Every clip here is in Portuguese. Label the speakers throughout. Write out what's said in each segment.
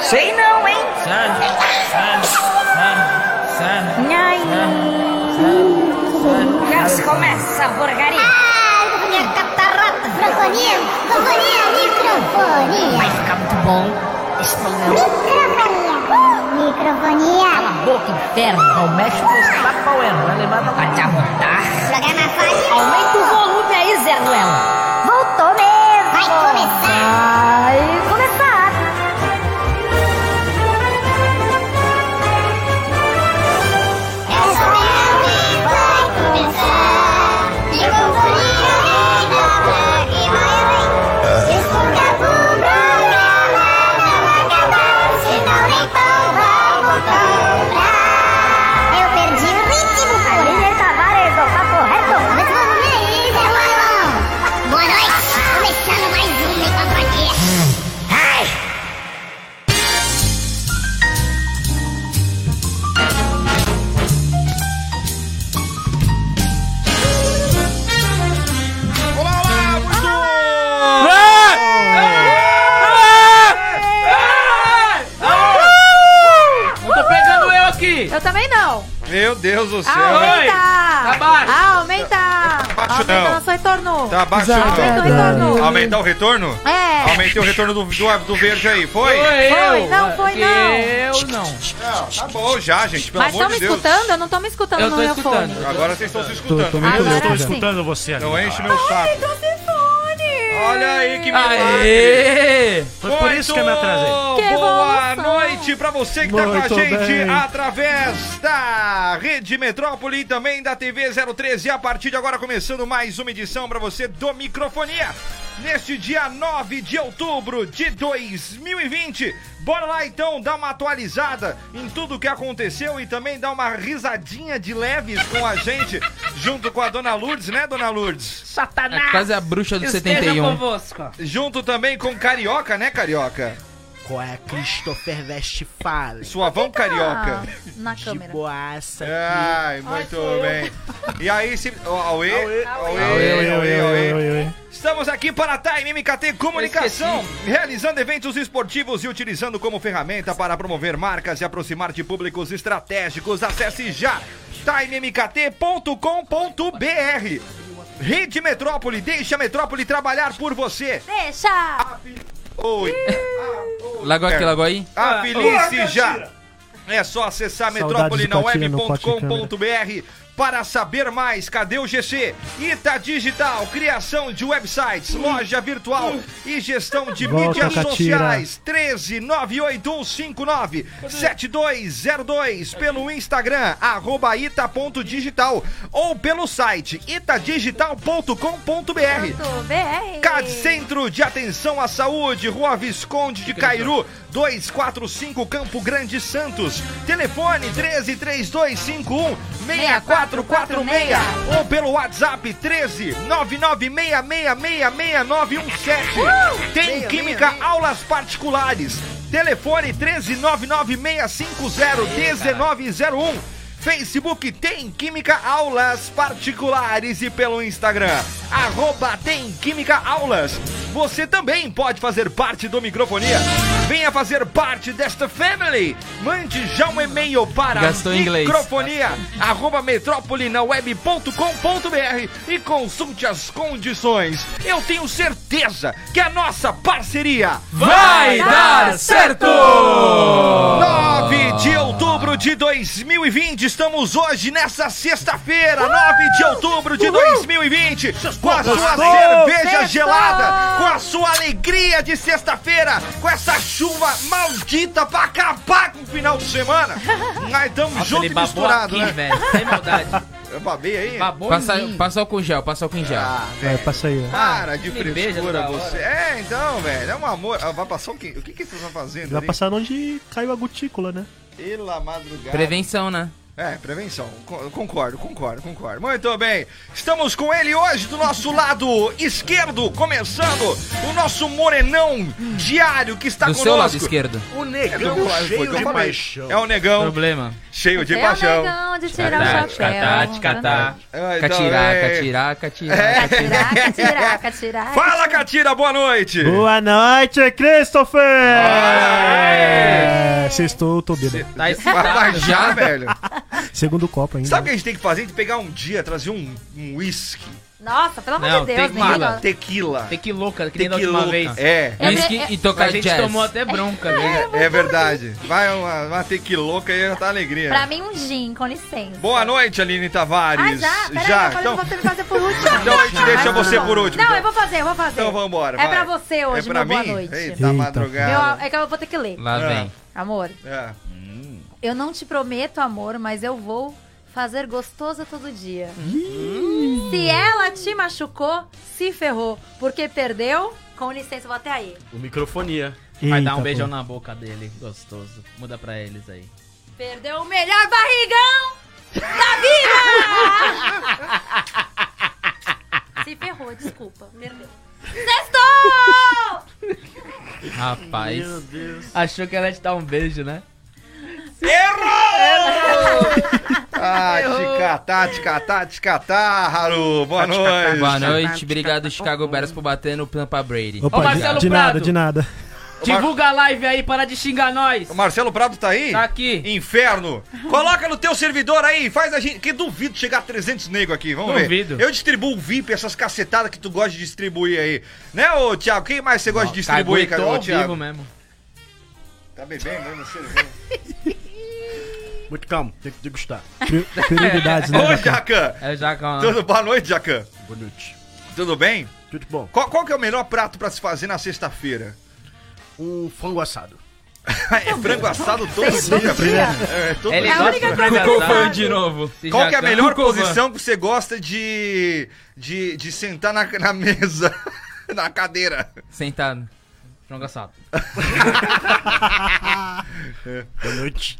Speaker 1: Sei não, hein? Ai, já se começa essa porcaria.
Speaker 2: Ai, minha catarata! Franconia! Franconia! Microfonia!
Speaker 1: Vai ficar muito bom esse programa.
Speaker 2: Microfonia! Microfonia!
Speaker 1: Boca inferno. Não mexe com esse papoeiro, vai levar Vai te amortar.
Speaker 2: Programa fácil!
Speaker 1: Aumenta o volume aí, Zé é Ruela.
Speaker 2: Voltou mesmo! Vai começar!
Speaker 3: Ah,
Speaker 1: Vai começar.
Speaker 2: Essa merda vai começar! Microfonia! E vai, vai! Escuta o programa! Não acabar! Senão nem pão vamos comprar! Eu perdi o ritmo, porém!
Speaker 1: Tavares, o papo reto.
Speaker 2: Mas vamos ver isso, irmão! Boa noite! Começando mais um Microfonia!
Speaker 1: Ai.
Speaker 4: Olá, olá, muito
Speaker 5: Não tô pegando eu aqui!
Speaker 6: Eu também não.
Speaker 4: Meu Deus do céu.
Speaker 6: Aumenta!
Speaker 5: Abaixo.
Speaker 6: Ah, Aumenta!
Speaker 4: Abaixo
Speaker 6: Aumenta
Speaker 4: não.
Speaker 6: nosso retorno.
Speaker 4: Tá baixando.
Speaker 6: Aumenta o retorno.
Speaker 4: Aumentar o retorno?
Speaker 6: É.
Speaker 4: Aumentei o retorno do, do, do verde aí, foi?
Speaker 6: Foi,
Speaker 3: é
Speaker 6: não, foi, não.
Speaker 5: Eu não.
Speaker 4: Não, tá bom já, gente, pelo
Speaker 6: Mas estão
Speaker 4: amor
Speaker 6: me
Speaker 4: de Deus.
Speaker 6: escutando? Eu não tô me escutando
Speaker 5: Eu
Speaker 6: no
Speaker 5: tô
Speaker 6: meu
Speaker 5: escutando.
Speaker 6: fone.
Speaker 4: Agora vocês estão se escutando.
Speaker 7: Ah,
Speaker 8: tá
Speaker 6: Agora sim.
Speaker 7: você
Speaker 4: Não enche meu saco.
Speaker 6: Tô sem fone!
Speaker 4: Olha aí que milagre.
Speaker 5: Aê!
Speaker 7: Foi por isso que eu me atrasei.
Speaker 4: Muito
Speaker 6: Que
Speaker 4: Boa
Speaker 6: evolução.
Speaker 4: noite pra você que tá com a
Speaker 7: Muito
Speaker 4: gente
Speaker 7: bem.
Speaker 4: através da Rede Metrópole e também da TV 013. E a partir de agora começando mais uma edição pra você do Microfonia. Neste dia 9 de outubro de 2020. Bora lá então dar uma atualizada em tudo o que aconteceu e também dar uma risadinha de leves com a gente, junto com a dona Lourdes, né, dona Lourdes?
Speaker 6: Tá
Speaker 5: É quase a bruxa do 71.
Speaker 3: convosco.
Speaker 4: Junto também com Carioca, né, Carioca?
Speaker 3: Qual é a Christopher Westphalen?
Speaker 4: Suavão Carioca.
Speaker 6: Ah, Na
Speaker 3: De
Speaker 6: câmera.
Speaker 3: boaça.
Speaker 4: Ai, muito bem. E aí, se... Au- Auê, auê,
Speaker 5: Auê,
Speaker 4: auê, auê, Estamos aqui para a Time MKT Comunicação, realizando eventos esportivos e utilizando como ferramenta para promover marcas e aproximar de públicos estratégicos. Acesse já timemkt.com.br. Rede Metrópole, deixa a Metrópole trabalhar por você.
Speaker 6: Deixa!
Speaker 4: Oi.
Speaker 5: Lagou Ah, aqui, lagou aí.
Speaker 4: A Felice já. É só acessar
Speaker 7: Saudades de patinha no pote
Speaker 4: metropolinaweb.com.br para saber mais. Cadê o GC? Ita Digital, criação de websites, loja virtual e gestão de
Speaker 7: Volta,
Speaker 4: mídias
Speaker 7: Catira.
Speaker 4: sociais. 13 98159 7202 pelo Instagram, arroba ita.digital ou pelo site itadigital.com.br.
Speaker 6: Ponto BR.
Speaker 4: CAD Centro de Atenção à Saúde, Rua Visconde de Cairu, 245 Campo Grande Santos. Telefone 13 3251 6446 ou pelo WhatsApp 13 996666917. Tem Química Aulas Particulares. Telefone 13 1901 Facebook Tem Química Aulas Particulares e pelo Instagram, arroba Tem Química Aulas. Você também pode fazer parte do Microfonia. Venha fazer parte desta family. Mande já um e-mail para
Speaker 5: Gastou em inglês.
Speaker 4: microfonia, arroba metropolinaweb.com.br e consulte as condições. Eu tenho certeza que a nossa parceria
Speaker 5: Vai dar certo!
Speaker 4: 9 de outubro de 2020, estamos hoje nessa sexta-feira, 9 de outubro de 2020, com a sua cerveja
Speaker 6: Sextou!
Speaker 4: gelada, com a sua alegria de sexta-feira, com essa chuva maldita pra acabar com o final de semana. Nós estamos junto e misturado, né?
Speaker 3: velho. Sem maldade.
Speaker 4: Eu babei aí?
Speaker 3: Babou
Speaker 5: Passa, passa álcool em gel, passa álcool em gel.
Speaker 8: É.
Speaker 7: Vai, passa aí. ó.
Speaker 4: Para de
Speaker 3: me beija
Speaker 4: frescura
Speaker 3: toda
Speaker 4: você. É, então, velho, é um amor. Ah, Vai passar o quê? O que que você tá fazendo
Speaker 7: Vai
Speaker 4: ali?
Speaker 7: passar onde caiu a gotícula, né?
Speaker 4: Pela madrugada.
Speaker 5: Prevenção, né?
Speaker 4: É, prevenção. Co- Concordo, concordo, concordo. Muito bem. Estamos com ele hoje do nosso lado esquerdo, começando o nosso morenão diário que está
Speaker 5: Do
Speaker 4: conosco.
Speaker 5: seu lado esquerdo.
Speaker 3: o
Speaker 4: Negão
Speaker 3: negão
Speaker 4: claro, foi o
Speaker 3: cheio
Speaker 4: que eu
Speaker 3: de
Speaker 4: falei.
Speaker 3: paixão.
Speaker 4: É o negão
Speaker 5: Problema.
Speaker 4: cheio de
Speaker 6: É o
Speaker 4: paixão.
Speaker 6: negão de tirar o chapéu.
Speaker 4: Ai, então,
Speaker 5: Catirá,
Speaker 4: é.
Speaker 5: catirá, catirá.
Speaker 6: Catirar, catirar, catirar.
Speaker 8: É.
Speaker 4: Fala, Catira, boa noite.
Speaker 7: Boa noite, Christopher!
Speaker 4: Aê!
Speaker 7: É, sextou, eu tô bêbado.
Speaker 3: Tá
Speaker 4: Mas já, velho.
Speaker 7: Segundo copo ainda.
Speaker 4: Sabe o que a gente tem que fazer? A gente pegar um dia, trazer um um uísque,
Speaker 6: Nossa, pelo amor
Speaker 3: Não,
Speaker 6: de Deus,
Speaker 3: tem
Speaker 6: nem
Speaker 3: mala.
Speaker 6: gosto.
Speaker 4: tequila.
Speaker 3: Tem que louca, que nem da última
Speaker 4: Tequila.
Speaker 3: vez.
Speaker 4: É.
Speaker 6: Eu-
Speaker 5: Whisky
Speaker 6: eu-
Speaker 5: e
Speaker 3: A
Speaker 5: tocar
Speaker 3: gente
Speaker 5: jazz.
Speaker 3: tomou até bronca, né?
Speaker 4: É, é verdade. Vai uma, uma tequiloca aí, tá alegria.
Speaker 6: Pra mim, um gin, com licença.
Speaker 4: Boa noite, Aline
Speaker 6: Ah,
Speaker 4: Tavares.
Speaker 6: já? Peraí, eu falei
Speaker 4: então,
Speaker 6: pra você me fazer por último.
Speaker 4: Então a gente
Speaker 6: Ah,
Speaker 4: deixa
Speaker 6: tá
Speaker 4: você
Speaker 6: bom.
Speaker 4: por último,
Speaker 6: Não,
Speaker 4: então.
Speaker 6: eu vou fazer, eu vou fazer.
Speaker 4: então vambora.
Speaker 6: É
Speaker 4: vai.
Speaker 6: pra você hoje,
Speaker 4: É pra
Speaker 6: meu
Speaker 4: mim?
Speaker 6: boa noite.
Speaker 4: Eita,
Speaker 7: Eita.
Speaker 6: Meu,
Speaker 4: madrugada.
Speaker 6: é que eu vou ter que ler.
Speaker 5: Lá vem.
Speaker 6: Amor,
Speaker 4: É.
Speaker 6: eu não te prometo amor, mas eu vou fazer gostoso todo dia.
Speaker 4: Hum.
Speaker 6: Se ela te machucou, se ferrou, porque perdeu. Com licença, eu vou até aí.
Speaker 3: O microfonia. Vai
Speaker 7: Eita,
Speaker 3: dar um beijão
Speaker 7: pô.
Speaker 3: na boca dele, gostoso. Muda pra eles aí.
Speaker 6: Perdeu o melhor barrigão da vida! se ferrou, desculpa, perdeu. Sextou!
Speaker 5: Rapaz.
Speaker 3: Achou que ela ia te dar um beijo, né?
Speaker 4: Ah, ticatá, ticatá, ticatá, tá, Haru. Boa
Speaker 3: tá,
Speaker 4: noite.
Speaker 5: Boa noite. Obrigado, Chicago Bears, por bater no Tampa Brady.
Speaker 7: Opa,
Speaker 3: Ô, Marcelo
Speaker 7: de, de
Speaker 3: Prado.
Speaker 7: nada, de nada.
Speaker 3: Divulga a live aí, para de xingar nós.
Speaker 4: O Marcelo Prado tá aí?
Speaker 3: Tá aqui.
Speaker 4: Inferno. Coloca no teu servidor aí, faz a gente... Que duvido chegar a 300 nego aqui, vamos
Speaker 3: Duvido.
Speaker 4: ver. Eu distribuo o VIP, essas cacetadas que tu gosta de distribuir aí. Né, ô Thiago? Quem mais você gosta de distribuir, cara?
Speaker 3: Caguetou
Speaker 4: Ô,
Speaker 3: ao vivo
Speaker 4: Thiago?
Speaker 3: mesmo.
Speaker 4: Tá bebendo, né? cerveja.
Speaker 8: Muito calmo, tem que degustar.
Speaker 7: Pri- Prioridades, né?
Speaker 4: Ô,
Speaker 7: Jacan?
Speaker 4: Jacan.
Speaker 3: É já com a...
Speaker 4: Tudo, boa noite, Jacan.
Speaker 8: Boa noite.
Speaker 4: Tudo bem?
Speaker 8: Tudo bom?
Speaker 4: Qual, qual que é o melhor prato pra se fazer na sexta-feira?
Speaker 8: Um frango assado.
Speaker 4: É frango assado todo dia, velho. É, todo
Speaker 3: Ele
Speaker 4: dia.
Speaker 6: a única coisa que
Speaker 5: Cucou
Speaker 6: eu
Speaker 5: foi
Speaker 6: sabe.
Speaker 5: de novo. tá
Speaker 4: Qual que é a melhor
Speaker 5: Cucou,
Speaker 4: posição que você gosta de, de, de sentar na, na mesa, na cadeira?
Speaker 5: Sentado.
Speaker 3: Frango assado.
Speaker 8: Boa noite.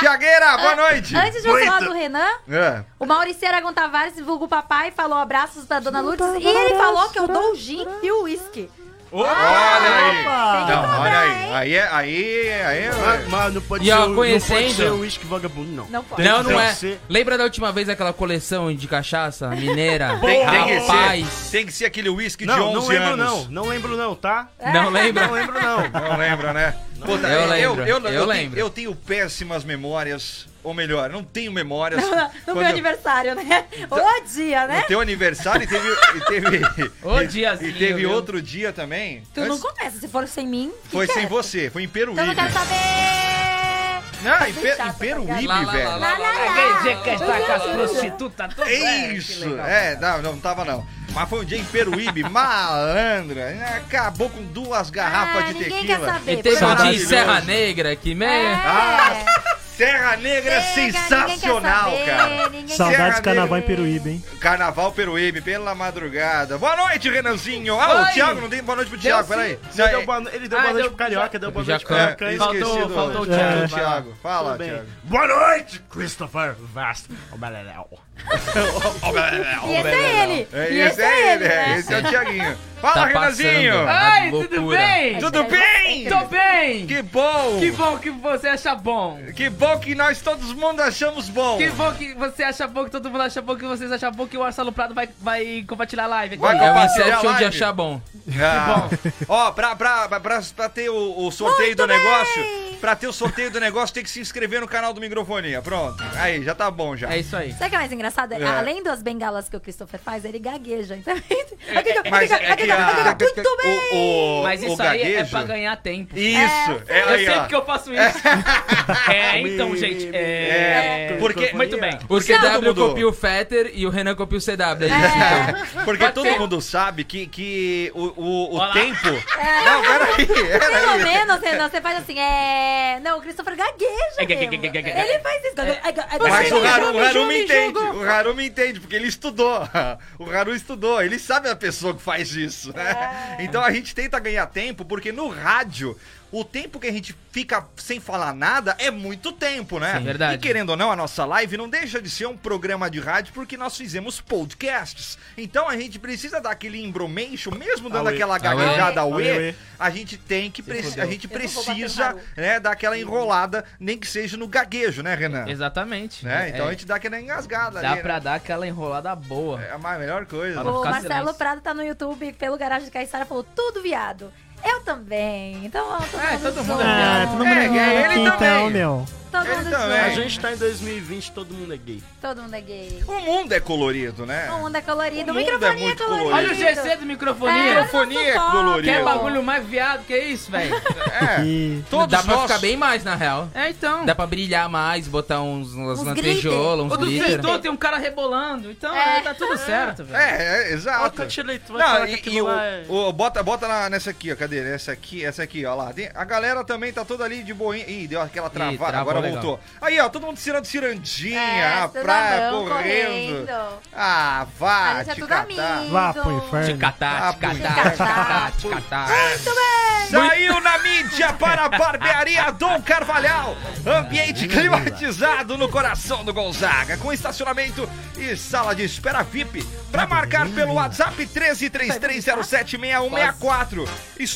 Speaker 4: Tiagueira, boa noite!
Speaker 6: Antes de eu falar do Renan,
Speaker 4: É.
Speaker 6: o Maurício Aragão Tavares, vulgo o papai, falou abraços da Dona Lourdes e ele falou que eu dou o gin e o uísque.
Speaker 4: Olha aí!
Speaker 8: Ah,
Speaker 6: Tem que
Speaker 4: Não, olha
Speaker 6: cobrar,
Speaker 4: aí.
Speaker 6: hein?
Speaker 4: Aí é, aí é, aí
Speaker 8: Mas,
Speaker 4: é.
Speaker 8: mas não pode
Speaker 5: E,
Speaker 8: ser
Speaker 5: ó,
Speaker 8: o- não
Speaker 5: conhecendo-
Speaker 8: pode ser o uísque vagabundo, não.
Speaker 6: Não pode.
Speaker 8: Tem
Speaker 5: Não,
Speaker 8: que
Speaker 5: não é.
Speaker 8: ser-
Speaker 5: Lembra da última vez aquela coleção de cachaça mineira?
Speaker 4: Tem, tem que ser,
Speaker 5: Rapaz.
Speaker 4: tem que ser aquele uísque de
Speaker 8: Não,
Speaker 4: 11
Speaker 8: não lembro
Speaker 4: anos.
Speaker 8: não. Não lembro não, tá?
Speaker 5: Não lembra?
Speaker 8: Não lembro não.
Speaker 4: Não lembra, né? Puta,
Speaker 5: Eu lembro, eu
Speaker 4: Tenho,
Speaker 5: lembro.
Speaker 4: eu tenho péssimas memórias, ou melhor, não tenho memórias.
Speaker 6: No
Speaker 4: Quando
Speaker 6: meu
Speaker 4: eu-
Speaker 6: aniversário, né? O dia, né?
Speaker 4: No teu aniversário e teve. E teve,
Speaker 3: Ô,
Speaker 4: e-
Speaker 3: diazinho,
Speaker 4: e teve
Speaker 3: viu?
Speaker 4: outro dia também.
Speaker 6: Tu
Speaker 4: Antes-
Speaker 6: não começa, se for sem mim. que
Speaker 4: foi
Speaker 6: que
Speaker 4: sem
Speaker 6: é?
Speaker 4: você, foi em Peruíbe.
Speaker 6: Então eu não quero saber!
Speaker 4: Não,
Speaker 6: Tá
Speaker 4: em,
Speaker 6: bem
Speaker 4: Pe-
Speaker 6: chato,
Speaker 4: em
Speaker 6: tá
Speaker 4: Peruíbe,
Speaker 5: ligado? Lá, lá,
Speaker 4: velho.
Speaker 5: lá, lá.
Speaker 6: Lá, lá,
Speaker 3: Quer
Speaker 6: lá.
Speaker 3: dizer que está tá com as prostitutas todas?
Speaker 4: É Isso, é, não, não tava não. Mas foi um dia em Peruíbe, malandra. né? Acabou com duas garrafas
Speaker 6: Ah,
Speaker 4: de tequila.
Speaker 6: ninguém quer saber.
Speaker 5: E teve um dia em
Speaker 4: Maravilhoso.
Speaker 5: Serra Negra né? que meia.
Speaker 6: É.
Speaker 4: Serra Ah, Negra é
Speaker 6: Chega,
Speaker 4: sensacional,
Speaker 6: ninguém quer saber,
Speaker 4: cara.
Speaker 6: ninguém quer
Speaker 7: Saudades
Speaker 4: Serra
Speaker 7: de carnaval em
Speaker 4: Negra.
Speaker 7: Peruíbe, hein?
Speaker 4: Carnaval Peruíbe, pela madrugada. Boa noite, Renanzinho. Ah, o
Speaker 3: Oi.
Speaker 4: Thiago, não tem boa noite pro Thiago, peraí.
Speaker 8: Você
Speaker 4: Não,
Speaker 8: deu
Speaker 4: é-
Speaker 8: boa no- Ele deu
Speaker 3: Ah,
Speaker 8: boa noite
Speaker 3: deu-
Speaker 8: pro Carioca, deu boa
Speaker 5: Já
Speaker 8: noite pro
Speaker 5: canta.
Speaker 8: Carioca.
Speaker 4: é,
Speaker 8: esqueci
Speaker 3: Faltou-
Speaker 4: esqueci do-
Speaker 3: faltou o
Speaker 4: do
Speaker 3: Thiago,
Speaker 4: Thiago. Fala,
Speaker 8: tudo bem.
Speaker 4: Thiago.
Speaker 8: Boa noite, Christopher Vast. O Beleléu.
Speaker 6: E esse é ele!
Speaker 4: É,
Speaker 6: E
Speaker 4: esse é ele,
Speaker 6: né?
Speaker 4: é, esse é o Thiaguinho. Fala,
Speaker 5: Tá passando.
Speaker 4: Renanzinho.
Speaker 5: Ah,
Speaker 7: tá?
Speaker 3: Ai, tudo
Speaker 5: loucura.
Speaker 3: bem?
Speaker 4: Tudo bem?
Speaker 3: Tô bem!
Speaker 4: Que bom.
Speaker 3: Que bom que você acha bom!
Speaker 4: Que bom que nós todos mundo achamos bom.
Speaker 3: Que bom que você acha bom, que todo mundo acha bom, que vocês acham bom, que o Marcelo Prado vai, vai compartilhar a live aqui.
Speaker 4: Vai
Speaker 5: É o
Speaker 4: compartilhar a
Speaker 5: Inception de
Speaker 4: live.
Speaker 5: achar bom.
Speaker 4: Ah. Ó, pra, pra, pra, pra- pra ter o, o sorteio
Speaker 6: Muito
Speaker 4: do
Speaker 6: bem.
Speaker 4: negócio, pra ter o sorteio do negócio, tem que se inscrever no canal do Microfonia. Pronto. Aí, já tá bom já.
Speaker 3: É isso aí.
Speaker 6: Sabe o que é mais engraçado?
Speaker 4: É.
Speaker 6: Além das bengalas que o Christopher faz, ele gagueja. Então,
Speaker 4: Mas é que a,
Speaker 6: Muito bem!
Speaker 4: o, o,
Speaker 3: Mas
Speaker 4: o
Speaker 3: isso aí é
Speaker 4: gaguejo...
Speaker 3: pra ganhar tempo.
Speaker 4: Isso, é,
Speaker 3: eu
Speaker 4: aí,
Speaker 3: sempre
Speaker 4: ó.
Speaker 3: que eu faço isso. É, então, gente, é...
Speaker 4: É, porque-
Speaker 3: Muito bem.
Speaker 5: O
Speaker 4: Todo
Speaker 5: CW
Speaker 4: mundo.
Speaker 5: copia o Fetter e o Renan copia o CW. É isso, então.
Speaker 4: Porque todo mundo sabe que, que o, o, o
Speaker 3: Olá. É.
Speaker 4: tempo... Não, peraí,
Speaker 6: Pelo
Speaker 4: peraí.
Speaker 6: menos, Renan, você faz assim, é... Não, o Christopher gagueja
Speaker 3: É, é, é,
Speaker 6: mesmo.
Speaker 3: é, é, é.
Speaker 6: Ele faz isso. é,
Speaker 4: Mas
Speaker 6: Mas
Speaker 4: o Haru, o Haru
Speaker 6: é,
Speaker 4: me entende, o Haru me entende, porque ele estudou. O Haru estudou, ele sabe a pessoa que faz isso.
Speaker 6: É.
Speaker 4: né? Então a gente tenta ganhar tempo, porque no rádio, o tempo que a gente fica sem falar nada é muito tempo, né?
Speaker 3: Sim, verdade.
Speaker 4: E querendo ou não, a nossa live não deixa de ser um programa de rádio, porque nós fizemos podcasts. Então a gente precisa dar aquele embromation, mesmo dando
Speaker 8: Auê.
Speaker 4: aquela gaguejada ao
Speaker 8: Auê, auê.
Speaker 4: a gente tem que, preci- a gente
Speaker 6: Eu não vou bater no
Speaker 4: precisa,
Speaker 6: Haru.
Speaker 4: né, dar aquela enrolada, nem que seja no gaguejo, né, Renan?
Speaker 3: Exatamente.
Speaker 4: né? Então
Speaker 3: É,
Speaker 4: a gente dá aquela engasgada
Speaker 3: Dá
Speaker 4: ali.
Speaker 3: pra
Speaker 4: né?
Speaker 3: dar aquela enrolada boa.
Speaker 4: É a ma- melhor coisa.
Speaker 3: Fala.
Speaker 6: O
Speaker 3: ficar
Speaker 6: Marcelo
Speaker 3: silêncio.
Speaker 6: Prado tá no YouTube pelo Garagem de Caissara falou tudo viado. Eu também. Então vamos, todo
Speaker 3: É,
Speaker 6: mundo
Speaker 3: todo mundo
Speaker 6: junto.
Speaker 3: é
Speaker 7: Ah, todo mundo é,
Speaker 4: É, é ele
Speaker 7: aqui então,
Speaker 4: também.
Speaker 7: meu.
Speaker 6: Todo
Speaker 4: Ele
Speaker 6: mundo
Speaker 4: também.
Speaker 8: A
Speaker 6: junto.
Speaker 8: gente tá em 2020, todo mundo é gay.
Speaker 6: Todo mundo é gay.
Speaker 4: O mundo é colorido, né?
Speaker 6: O mundo é
Speaker 4: O
Speaker 6: colorido. O,
Speaker 4: mundo é
Speaker 6: microfone é,
Speaker 4: muito
Speaker 6: colorido.
Speaker 4: colorido.
Speaker 3: Olha o GC do
Speaker 6: É,
Speaker 3: microfonia.
Speaker 4: Microfonia é
Speaker 6: nossa,
Speaker 4: colorido.
Speaker 3: Quer bagulho mais viado que isso, velho?
Speaker 4: É.
Speaker 7: E...
Speaker 4: Todos
Speaker 5: Dá pra
Speaker 4: nós-
Speaker 5: ficar bem mais, na real.
Speaker 3: É, então.
Speaker 5: Dá pra brilhar mais, botar uns, umas
Speaker 6: Uns
Speaker 5: lantejoulas, uns
Speaker 3: O do
Speaker 5: glitter.
Speaker 3: sextor tem um cara rebolando. Então,
Speaker 6: É.
Speaker 3: é, tá tudo certo, velho.
Speaker 4: É, é,
Speaker 8: Ó,
Speaker 4: exato.
Speaker 8: Cantilei, tu vai
Speaker 4: Não,
Speaker 8: falar
Speaker 4: e, e
Speaker 8: que aquilo
Speaker 4: o,
Speaker 8: lá é...
Speaker 4: o- bota, bota na- nessa aqui, ó. Cadê? Essa aqui, essa aqui, ó lá. Tem- a galera também tá toda ali de boinha. Ih, deu aquela travada,
Speaker 5: travou,
Speaker 4: agora
Speaker 5: legal.
Speaker 4: voltou. Aí, ó, todo mundo tirando cirandinha,
Speaker 6: É,
Speaker 4: a
Speaker 6: tudo
Speaker 4: praia,
Speaker 6: amão,
Speaker 4: correndo.
Speaker 6: correndo.
Speaker 4: Ah,
Speaker 6: A
Speaker 4: vá,
Speaker 6: gente é
Speaker 4: te
Speaker 6: tudo
Speaker 4: catar.
Speaker 6: amigo.
Speaker 7: Vá pro inferno.
Speaker 5: Ticatá, ticatá,
Speaker 6: Ticatá. Tá
Speaker 5: ticatá, ticatá.
Speaker 4: Saiu na mídia para a barbearia Dom Carvalhal. Ambiente climatizado no coração do Gonzaga, com estacionamento e sala de espera VIP. Para marcar pelo WhatsApp 1333076164.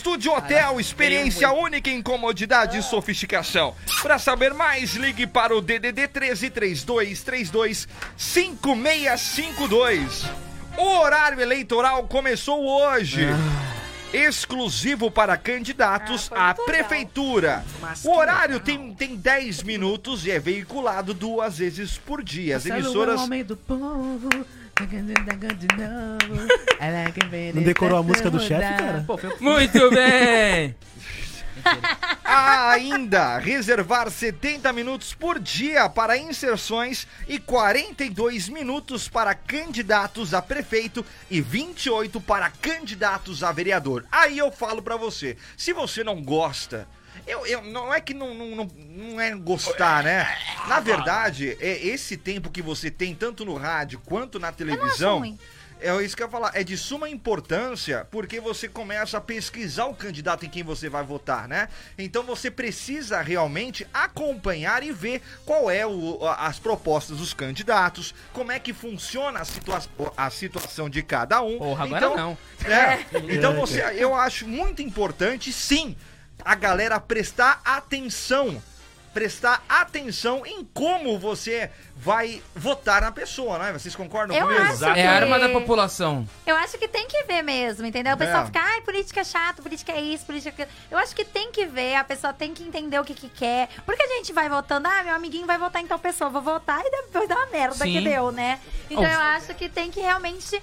Speaker 4: Estúdio Hotel, experiência única em comodidade e sofisticação. Para saber mais, ligue para o DDD 133232 5652. O horário eleitoral começou hoje exclusivo para candidatos
Speaker 6: Ah,
Speaker 4: à
Speaker 6: foi muito legal.
Speaker 4: prefeitura. O horário tem, tem 10 minutos e é veiculado duas vezes por dia. As
Speaker 6: é um
Speaker 4: emissoras.
Speaker 7: Não decorou a música do chefe, cara?
Speaker 3: Pô,
Speaker 5: um
Speaker 3: foi-
Speaker 5: Muito bem!
Speaker 4: Há ainda reservar 70 minutos por dia para inserções e 42 minutos para candidatos a prefeito e 28 para candidatos a vereador. Aí eu falo pra você, se você não gosta, eu, eu- não é que não, não, não- não é gostar, né? Na verdade, é esse tempo que você tem tanto no rádio quanto na televisão.
Speaker 6: ruim.
Speaker 4: É isso que eu ia falar. É de suma importância porque você começa a pesquisar o candidato em quem você vai votar, né? Então você precisa realmente acompanhar e ver qual é o- a- as propostas dos candidatos, como é que funciona a, situa a situação de cada um.
Speaker 5: Porra, agora
Speaker 4: Então-
Speaker 5: não.
Speaker 4: é. Então você, eu acho muito importante, sim, a galera prestar atenção. Prestar atenção em como você vai votar na pessoa, né? Vocês concordam
Speaker 6: Eu
Speaker 4: comigo?
Speaker 6: acho
Speaker 5: É a arma da
Speaker 6: que...
Speaker 5: população.
Speaker 6: Eu acho que tem que ver mesmo, entendeu? O
Speaker 4: É.
Speaker 6: pessoal fica, ai, política é chato, política é isso, política é aquilo. Eu acho que tem que ver, a pessoa tem que entender o que, que quer. Porque a gente vai votando, ah, meu amiguinho vai votar em tal pessoa, vou votar e depois dá uma merda que
Speaker 5: Sim.
Speaker 6: deu, né? Então
Speaker 5: Não,
Speaker 6: eu acho que tem que realmente.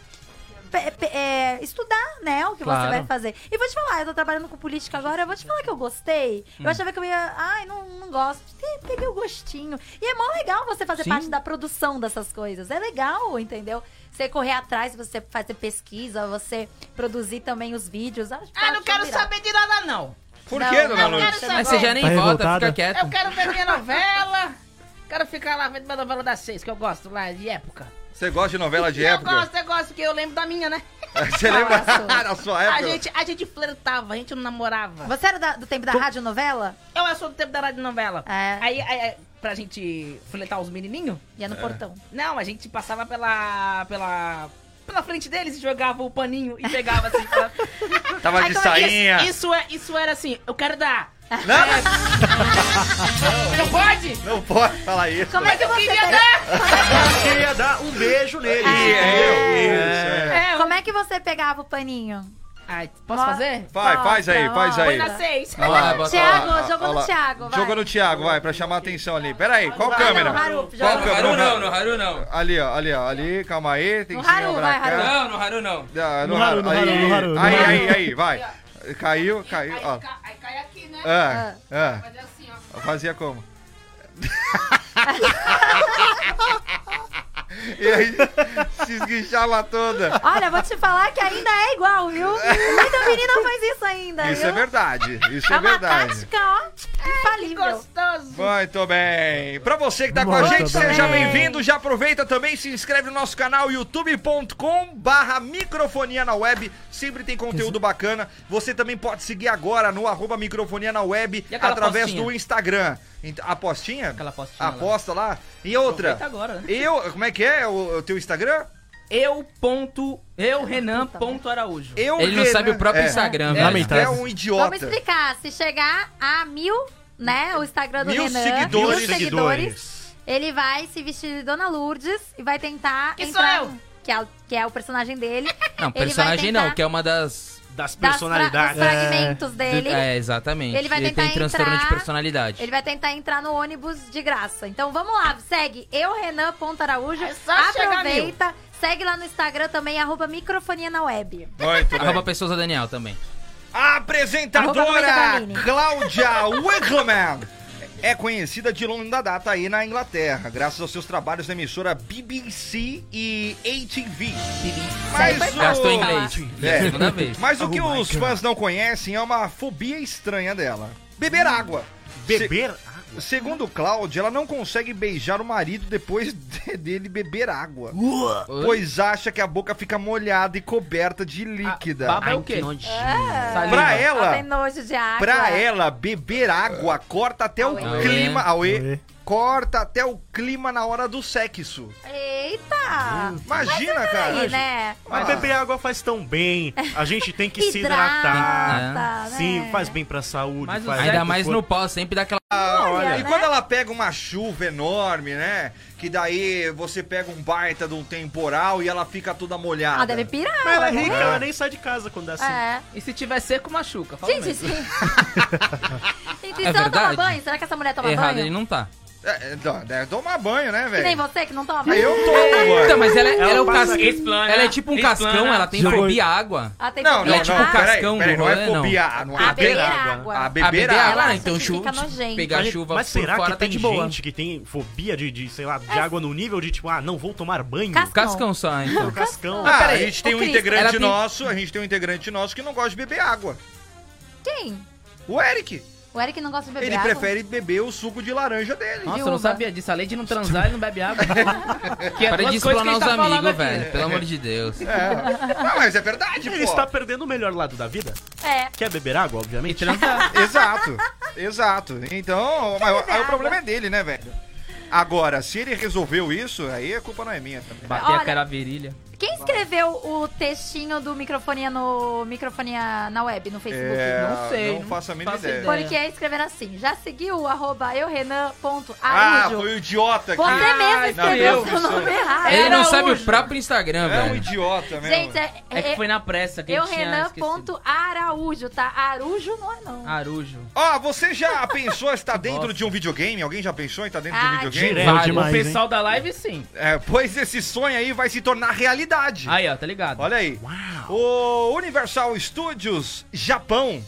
Speaker 6: pe- pe- é, estudar, né, o que
Speaker 5: Claro.
Speaker 6: você vai fazer. E vou te falar, eu tô trabalhando com política agora, eu vou te falar que eu gostei.
Speaker 4: Hum.
Speaker 6: Eu achava que eu ia, ai, não, não gosto. Ih, Peguei o gostinho. E é mó legal você fazer
Speaker 5: Sim.
Speaker 6: parte da produção dessas coisas. É legal, entendeu? Você correr atrás, você fazer pesquisa, você produzir também os vídeos. Ah,
Speaker 3: Ah, não quero saber de nada, não.
Speaker 4: Por que, dona
Speaker 3: não
Speaker 4: Lourdes?
Speaker 3: quero
Speaker 5: Mas
Speaker 3: Tá
Speaker 5: você já nem
Speaker 7: Tá
Speaker 5: vota,
Speaker 7: revoltada?
Speaker 5: fica quieto.
Speaker 3: Eu quero ver minha novela. Quero ficar lá vendo minha novela das seis, que eu gosto lá, de época.
Speaker 4: Você gosta de novela de
Speaker 3: eu
Speaker 4: época?
Speaker 3: gosto, eu gosto, que eu lembro da minha, né?
Speaker 4: Você lembra da sua
Speaker 3: A
Speaker 4: época?
Speaker 3: gente, a gente flertava, a gente não namorava.
Speaker 6: Você era da- do tempo da rádio novela?
Speaker 3: Eu sou do tempo da rádio novela.
Speaker 6: É.
Speaker 3: Aí, aí, aí, pra gente flertar os menininhos,
Speaker 6: Ia no
Speaker 4: É.
Speaker 6: portão.
Speaker 3: não, a gente passava pela... pela... Pela frente deles e jogava o paninho e pegava assim. pra-
Speaker 4: Tava de
Speaker 3: Então,
Speaker 4: sainha.
Speaker 3: Isso, isso, é, isso era assim, eu quero dar. É.
Speaker 4: Não,
Speaker 3: Não pode?
Speaker 4: não pode falar isso.
Speaker 6: Como é que
Speaker 3: Eu
Speaker 6: você,
Speaker 3: queria
Speaker 6: pega-
Speaker 3: dar!
Speaker 8: Eu queria dar um beijo nele.
Speaker 4: É, isso, é.
Speaker 3: É, eu-
Speaker 6: Como é que você pegava o paninho?
Speaker 3: Ai, posso fazer?
Speaker 4: Vai, faz aí, faz
Speaker 3: Foi
Speaker 4: aí.
Speaker 3: na seis.
Speaker 5: Olha lá,
Speaker 3: Tá,
Speaker 5: bota
Speaker 6: Thiago,
Speaker 5: lá.
Speaker 4: Ah, olha
Speaker 6: jogou no
Speaker 4: lá.
Speaker 6: Thiago, vai.
Speaker 4: Jogou no Thiago, vai, pra chamar a atenção ali. Pera aí, qual
Speaker 6: Ah,
Speaker 4: câmera?
Speaker 6: não, Haru, joga
Speaker 4: Qual
Speaker 6: no
Speaker 5: No
Speaker 4: câmera?
Speaker 5: Haru não, no Haru não.
Speaker 4: Ali, ó, ali, ó, ali, calma aí, tem
Speaker 6: No
Speaker 4: que se
Speaker 6: Haru,
Speaker 4: lembrar
Speaker 6: vai,
Speaker 4: cá.
Speaker 6: Haru.
Speaker 5: Não, no Haru não.
Speaker 4: Ah,
Speaker 7: No Haru, no Haru, no Haru, no
Speaker 4: aí,
Speaker 7: Haru.
Speaker 4: aí, aí, vai. Caiu, caiu, ó.
Speaker 3: Aí cai aqui, né?
Speaker 4: Ah, ah.
Speaker 3: Fazer assim, ó.
Speaker 4: Eu Fazia como? e aí, se esguichava toda.
Speaker 6: Olha, vou te falar que ainda é igual, viu? Muita menina faz isso ainda,
Speaker 4: Isso
Speaker 6: viu?
Speaker 4: é verdade, isso é
Speaker 6: uma
Speaker 4: verdade.
Speaker 6: tática, ó, infalível.
Speaker 3: Gostoso.
Speaker 4: Muito bem. Pra você que tá com a
Speaker 7: Muito
Speaker 4: gente,
Speaker 7: bem.
Speaker 4: seja bem-vindo. Já aproveita também, se inscreve no nosso canal youtube.com barra microfonia na web. Sempre tem conteúdo bacana. Você também pode seguir agora no arroba microfonia na web
Speaker 3: E aquela
Speaker 4: através
Speaker 3: postinha?
Speaker 4: do Instagram. Ent- A postinha?
Speaker 3: Aquela postinha lá.
Speaker 4: Aposta lá. E outra.
Speaker 3: Aproveita agora, né?
Speaker 4: Eu, como é que é o, o teu Instagram?
Speaker 3: Eu ponto, eu Renan ponto Araújo.
Speaker 4: Eu,
Speaker 5: Ele não né?
Speaker 4: Renan-
Speaker 5: sabe o próprio
Speaker 4: é.
Speaker 5: Instagram,
Speaker 7: É.
Speaker 5: velho.
Speaker 7: Lamenta-
Speaker 4: É um idiota.
Speaker 6: Vamos explicar. Se chegar a mil, né? O Instagram do
Speaker 4: Mil
Speaker 6: Renan.
Speaker 4: seguidores.
Speaker 6: mil seguidores. Ele vai se vestir de Dona Lourdes e vai tentar
Speaker 3: Que sou
Speaker 6: entrar.
Speaker 3: eu.
Speaker 6: Que é, o- que é o personagem dele.
Speaker 5: Não,
Speaker 6: Ele vai
Speaker 5: personagem
Speaker 6: tentar-
Speaker 5: não, que é uma das
Speaker 8: das
Speaker 6: das fra- dos
Speaker 8: personalidades.
Speaker 6: fragmentos dele.
Speaker 5: É, exatamente.
Speaker 6: Ele vai tentar
Speaker 5: tem transtorno
Speaker 6: entrar-
Speaker 5: de personalidade.
Speaker 6: Ele vai tentar entrar no ônibus de graça. Então vamos lá, segue eu, Renan Ponta Araújo.
Speaker 3: É só chegar,
Speaker 6: aproveita, segue lá no Instagram também, arroba microfonia na web.
Speaker 4: Muito
Speaker 5: Arroba
Speaker 4: bem.
Speaker 5: pessoas a Daniel também.
Speaker 6: Arroba Camila
Speaker 4: Apresentadora
Speaker 6: Gallini.
Speaker 4: Cláudia Wigleman é conhecida de longa data aí na Inglaterra, graças aos seus trabalhos na emissora BBC e ATV. Mas
Speaker 6: Sempre
Speaker 5: Gastou
Speaker 6: bom.
Speaker 5: inglês. É.
Speaker 4: É.
Speaker 5: a Segunda vez.
Speaker 4: Mas o que
Speaker 8: Oh my
Speaker 4: os
Speaker 8: God.
Speaker 4: fãs não conhecem é uma fobia estranha dela. Beber água.
Speaker 8: Hum. É. Beber Ah,
Speaker 4: Se-
Speaker 8: água.
Speaker 4: segundo Cláudia, ela não consegue beijar o marido depois de- dele beber água. Pois acha que a boca fica molhada e coberta de líquida.
Speaker 8: Ah,
Speaker 3: baba é o quê?
Speaker 5: Saliva.
Speaker 4: pra
Speaker 6: Ela
Speaker 4: ela,
Speaker 6: tem nojo de água.
Speaker 4: pra ela, beber água corta até o
Speaker 5: Auê.
Speaker 4: clima. Auê.
Speaker 7: Auê.
Speaker 4: Corta até o clima na hora do sexo.
Speaker 6: Eita!
Speaker 4: Hum. Imagina, cara.
Speaker 6: Aí, né?
Speaker 8: Mas beber água faz tão bem. A gente tem que se hidratar.
Speaker 6: Hidrata,
Speaker 8: Sim,
Speaker 6: né?
Speaker 8: faz bem pra saúde.
Speaker 5: Mas o
Speaker 8: faz
Speaker 5: ainda
Speaker 8: bem
Speaker 5: mais
Speaker 8: pro
Speaker 5: no
Speaker 8: corpo.
Speaker 5: pau, sempre dá aquela.
Speaker 4: Ah,
Speaker 6: Olha,
Speaker 4: e
Speaker 6: né?
Speaker 4: quando ela pega uma chuva enorme, né? Que daí você pega um baita de um temporal e ela fica toda molhada.
Speaker 6: Ela Ah, deve pirar.
Speaker 8: Mas ela é
Speaker 6: né?
Speaker 8: rica, ela nem sai de casa quando é assim.
Speaker 6: É.
Speaker 3: E se tiver seco, machuca. Fala
Speaker 6: Gente,
Speaker 3: mesmo.
Speaker 6: sim. Gente,
Speaker 5: É
Speaker 6: se ela toma
Speaker 5: verdade?
Speaker 6: banho, será que essa mulher toma
Speaker 5: Errado, ele
Speaker 6: banho?
Speaker 5: não tá.
Speaker 4: É, é, dá- deve tomar banho, né,
Speaker 6: Que nem
Speaker 4: velho?
Speaker 6: você que não toma banho.
Speaker 4: Eu tomo
Speaker 5: Então,
Speaker 4: banho.
Speaker 5: mas ela, é- ela é o
Speaker 8: passa
Speaker 5: cascão.
Speaker 8: aqui.
Speaker 9: Explana,
Speaker 5: Ela é tipo um
Speaker 9: explana.
Speaker 5: cascão, ela tem
Speaker 7: Jogou-
Speaker 5: fobia à água.
Speaker 6: Ela tem
Speaker 4: Não,
Speaker 6: fobia
Speaker 4: não,
Speaker 5: tipo
Speaker 6: à
Speaker 4: não,
Speaker 6: água.
Speaker 4: peraí,
Speaker 5: cascão
Speaker 4: peraí,
Speaker 5: do
Speaker 4: não é
Speaker 5: rolê, não.
Speaker 4: fobia, ah, não é
Speaker 6: A beber
Speaker 4: beber
Speaker 6: água.
Speaker 4: A
Speaker 5: A
Speaker 4: beber
Speaker 5: beber
Speaker 4: água.
Speaker 5: água,
Speaker 6: Ela
Speaker 5: então
Speaker 6: acha que
Speaker 5: chu-
Speaker 6: fica nojento.
Speaker 5: pegar
Speaker 8: Mas-
Speaker 5: chuva
Speaker 8: Mas
Speaker 5: por
Speaker 8: será
Speaker 5: fora
Speaker 8: que tem
Speaker 5: tá de boa.
Speaker 8: gente que tem fobia de, de, sei lá, de água no nível de tipo, ah, não vou tomar banho?
Speaker 6: Casca-
Speaker 5: Cascão só, então.
Speaker 8: Cascão.
Speaker 4: Ah,
Speaker 6: peraí,
Speaker 4: a gente tem
Speaker 6: ô,
Speaker 4: um
Speaker 6: Cris,
Speaker 5: ela
Speaker 4: integrante
Speaker 5: tem-
Speaker 4: nosso, a gente tem um integrante nosso que não gosta de beber água.
Speaker 6: Quem?
Speaker 4: O Eric,
Speaker 6: O Eric não gosta de beber
Speaker 4: ele
Speaker 6: água?
Speaker 4: prefere beber o suco de laranja dele.
Speaker 8: Ah.
Speaker 3: Nossa, eu
Speaker 6: Viúva.
Speaker 3: não sabia disso. Além de não transar, ele não bebe água. que é
Speaker 5: Para de
Speaker 3: duas coisas que a
Speaker 5: explanar
Speaker 3: gente
Speaker 5: os
Speaker 3: tá falando
Speaker 5: amigos,
Speaker 3: aqui.
Speaker 5: velho. Pelo amor de Deus.
Speaker 4: É. Não, mas é verdade,
Speaker 8: Ele
Speaker 4: pô.
Speaker 8: está perdendo o melhor lado da vida.
Speaker 6: É.
Speaker 8: Quer beber água,
Speaker 3: E
Speaker 8: obviamente.
Speaker 3: transar.
Speaker 4: Exato, exato. Então, mas aí o problema é dele, né, velho? Agora, se ele resolveu isso, aí a culpa não é minha também.
Speaker 5: Bater
Speaker 6: Olha-
Speaker 5: a cara à virilha.
Speaker 6: Quem escreveu o textinho do microfonia no microfonia na web, no Facebook?
Speaker 4: É,
Speaker 3: não sei,
Speaker 4: Não
Speaker 3: não
Speaker 4: faço a mínima
Speaker 3: faço
Speaker 4: ideia.
Speaker 3: ideia.
Speaker 6: Porque é escrever assim. Já seguiu o arroba
Speaker 4: Ah,
Speaker 6: eurenan.araújo?
Speaker 4: foi o idiota que.
Speaker 6: Você mesmo
Speaker 3: ai,
Speaker 6: escreveu
Speaker 4: meu
Speaker 6: seu
Speaker 4: Deus.
Speaker 6: nome errado.
Speaker 5: Ele não
Speaker 3: Araújo.
Speaker 5: sabe o próprio Instagram,
Speaker 4: É um
Speaker 5: velho.
Speaker 4: idiota mesmo.
Speaker 6: Gente, é,
Speaker 3: É que foi na pressa que
Speaker 6: eu
Speaker 3: tinha
Speaker 6: Renan
Speaker 3: esquecido.
Speaker 6: ponto Araújo, tá? Araújo não é não.
Speaker 3: Arujo.
Speaker 4: Ó, você já pensou em estar dentro de um videogame? Alguém já pensou em estar dentro de um
Speaker 6: Ah,
Speaker 4: videogame?
Speaker 7: Direto
Speaker 5: Vários.
Speaker 3: o
Speaker 7: demais, hein?
Speaker 3: pessoal da live, sim.
Speaker 4: É, pois esse sonho aí vai se tornar realidade.
Speaker 3: Aí, ó, tá ligado?
Speaker 4: Olha aí. O Universal Studios Japão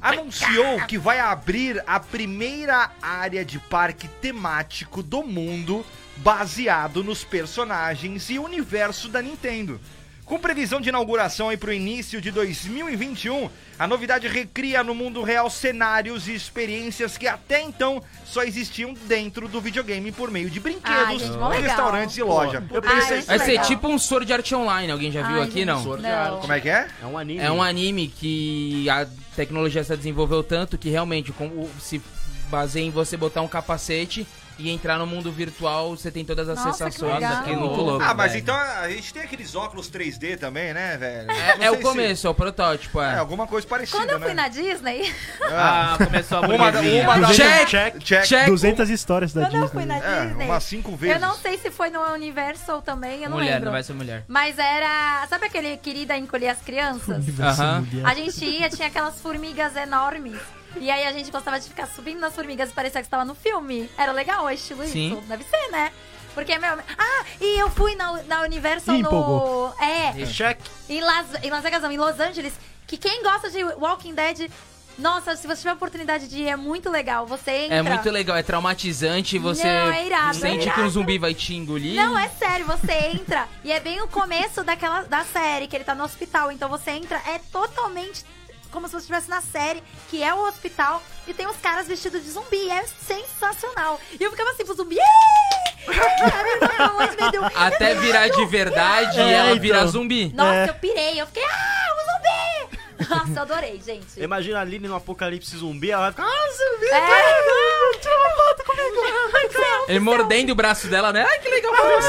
Speaker 4: anunciou que vai abrir a primeira área de parque temático do mundo baseado nos personagens e universo da Nintendo. Com previsão de inauguração aí para o início de 2021, a novidade recria no mundo real cenários e experiências que até então só existiam dentro do videogame por meio de
Speaker 6: Ai,
Speaker 4: brinquedos,
Speaker 6: gente, mó legal.
Speaker 4: restaurantes e loja.
Speaker 8: Eu
Speaker 6: Ai,
Speaker 8: pensei.
Speaker 6: isso
Speaker 5: Vai
Speaker 6: é
Speaker 5: ser
Speaker 6: legal.
Speaker 5: tipo um soro de arte online, alguém
Speaker 3: Ah,
Speaker 5: já viu
Speaker 6: Ai,
Speaker 5: aqui?
Speaker 6: gente,
Speaker 5: Não.
Speaker 6: Não.
Speaker 4: Como é que é?
Speaker 8: É um anime.
Speaker 5: É um anime que a tecnologia se desenvolveu tanto que realmente com- o- se baseia em você botar um capacete e entrar no mundo virtual, você tem todas as
Speaker 6: Nossa, que
Speaker 5: sensações.
Speaker 6: legal.
Speaker 5: é muito louco.
Speaker 4: Ah, mas
Speaker 5: velho.
Speaker 4: então a gente tem aqueles óculos 3D também, né, velho? Não
Speaker 5: É, é
Speaker 4: sei
Speaker 5: o
Speaker 4: se-
Speaker 5: começo, é o protótipo,
Speaker 4: É,
Speaker 5: é.
Speaker 4: alguma coisa parecida,
Speaker 6: Quando eu fui
Speaker 4: né?
Speaker 6: na Disney,
Speaker 3: Ah, começou a
Speaker 4: Uma da-
Speaker 3: mulherzinha.
Speaker 4: uma da-
Speaker 5: Check,
Speaker 8: check,
Speaker 4: check.
Speaker 7: 200 histórias da
Speaker 6: quando eu
Speaker 7: Disney. né?
Speaker 6: fui na
Speaker 4: É,
Speaker 6: Disney,
Speaker 4: umas cinco vezes.
Speaker 6: eu não sei se foi no Universal também, eu não
Speaker 3: Mulher,
Speaker 6: lembro.
Speaker 3: não vai ser mulher.
Speaker 6: Mas era, sabe aquele querida encolher as crianças?
Speaker 7: Universo
Speaker 5: Aham.
Speaker 7: mulher.
Speaker 6: A gente ia, tinha aquelas formigas enormes. E aí a gente gostava de ficar subindo nas formigas e parecia que estava no filme. Era legal, é estilo
Speaker 5: Sim.
Speaker 6: isso. Deve ser, né? Porque, meu. Ah, e eu fui na, na Universal
Speaker 7: Ih,
Speaker 6: no.
Speaker 7: empolgou.
Speaker 6: É,
Speaker 8: Check.
Speaker 6: em Las, em Las Vegas, não, em Los Angeles. Que quem gosta de Walking Dead. Nossa, se você tiver a oportunidade de ir, é muito legal. Você entra.
Speaker 5: É muito legal, é traumatizante, você
Speaker 6: Não, é irado, é
Speaker 5: sente
Speaker 6: irado.
Speaker 5: que um zumbi vai te engolir.
Speaker 6: Não, é sério, você entra e é bem o começo daquela da série, que ele tá no hospital. Então você entra, é totalmente como se você estivesse na série, que é o hospital, e tem os caras vestidos de zumbi. É sensacional. E eu ficava assim pro zumbi. "Ih!" Pelo amor de Deus.
Speaker 5: Até virar de verdade e
Speaker 7: É,
Speaker 5: ela
Speaker 7: então.
Speaker 5: virar zumbi.
Speaker 6: Nossa,
Speaker 7: É.
Speaker 6: eu pirei, eu fiquei, ah, um zumbi! Nossa, eu adorei, gente.
Speaker 8: Imagina a Aline no apocalipse zumbi, ela vai ficar. "Ah,
Speaker 6: É, tira uma foto comigo. Ai, que legal.
Speaker 5: Ele mordendo o braço dela, né? Ai, que legal.
Speaker 6: Ai, eu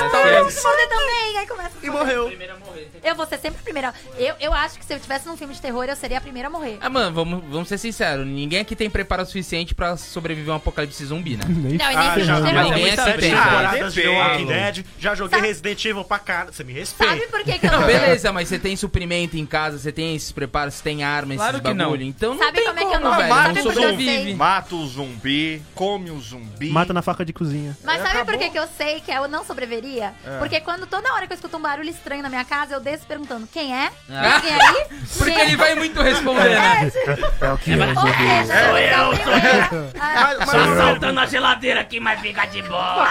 Speaker 6: vou morder também. Aí começa.
Speaker 8: E morreu.
Speaker 5: Primeiro a morrer.
Speaker 6: Eu vou ser sempre a primeira. Eu, eu acho que se eu tivesse num filme de terror, eu seria a primeira a morrer.
Speaker 5: Ah, mano, vamos, vamos ser sinceros. Ninguém aqui tem preparo suficiente pra sobreviver a um apocalipse zumbi, né?
Speaker 7: Nem
Speaker 6: Não, e
Speaker 7: ferrando.
Speaker 6: nem filme de
Speaker 5: já
Speaker 6: terror.
Speaker 5: vi. Ninguém
Speaker 8: muita
Speaker 5: se
Speaker 8: sete
Speaker 5: tem,
Speaker 8: temporadas de
Speaker 4: cara.
Speaker 8: Walking
Speaker 4: Depende.
Speaker 8: Dead, já joguei
Speaker 6: Sabe-
Speaker 8: Resident Evil pra cara. Você me respeita.
Speaker 6: Sabe por que, que eu
Speaker 5: Não, beleza, mas você tem suprimento em casa, você tem esses preparos, você tem arma, esses
Speaker 3: Claro que
Speaker 5: bagulho.
Speaker 3: não.
Speaker 5: Então não
Speaker 6: Sabe
Speaker 5: tem
Speaker 6: como é que
Speaker 5: como,
Speaker 6: eu não
Speaker 5: velho.
Speaker 6: sei?
Speaker 5: Não
Speaker 6: Sabe
Speaker 4: Mata o
Speaker 6: como eu
Speaker 5: sobrevive.
Speaker 6: sei?
Speaker 4: zumbi, mata o zumbi, come o zumbi.
Speaker 7: Mata na faca de cozinha.
Speaker 6: Mas
Speaker 4: É,
Speaker 6: sabe
Speaker 4: acabou.
Speaker 6: por que, que eu sei que eu não sobreviveria? Porque quando toda hora que eu escuto um barulho estranho na minha casa, eu desço perguntando quem é?
Speaker 5: Ah.
Speaker 6: Alguém aí?
Speaker 5: Porque
Speaker 6: Gente,
Speaker 5: ele vai muito responder, né?
Speaker 9: É o que eu
Speaker 6: Ou seja,
Speaker 9: joguei.
Speaker 6: eu sou a primeira. Ah,
Speaker 8: Mas- mas-
Speaker 3: Saltando a geladeira aqui, mas fica de boa.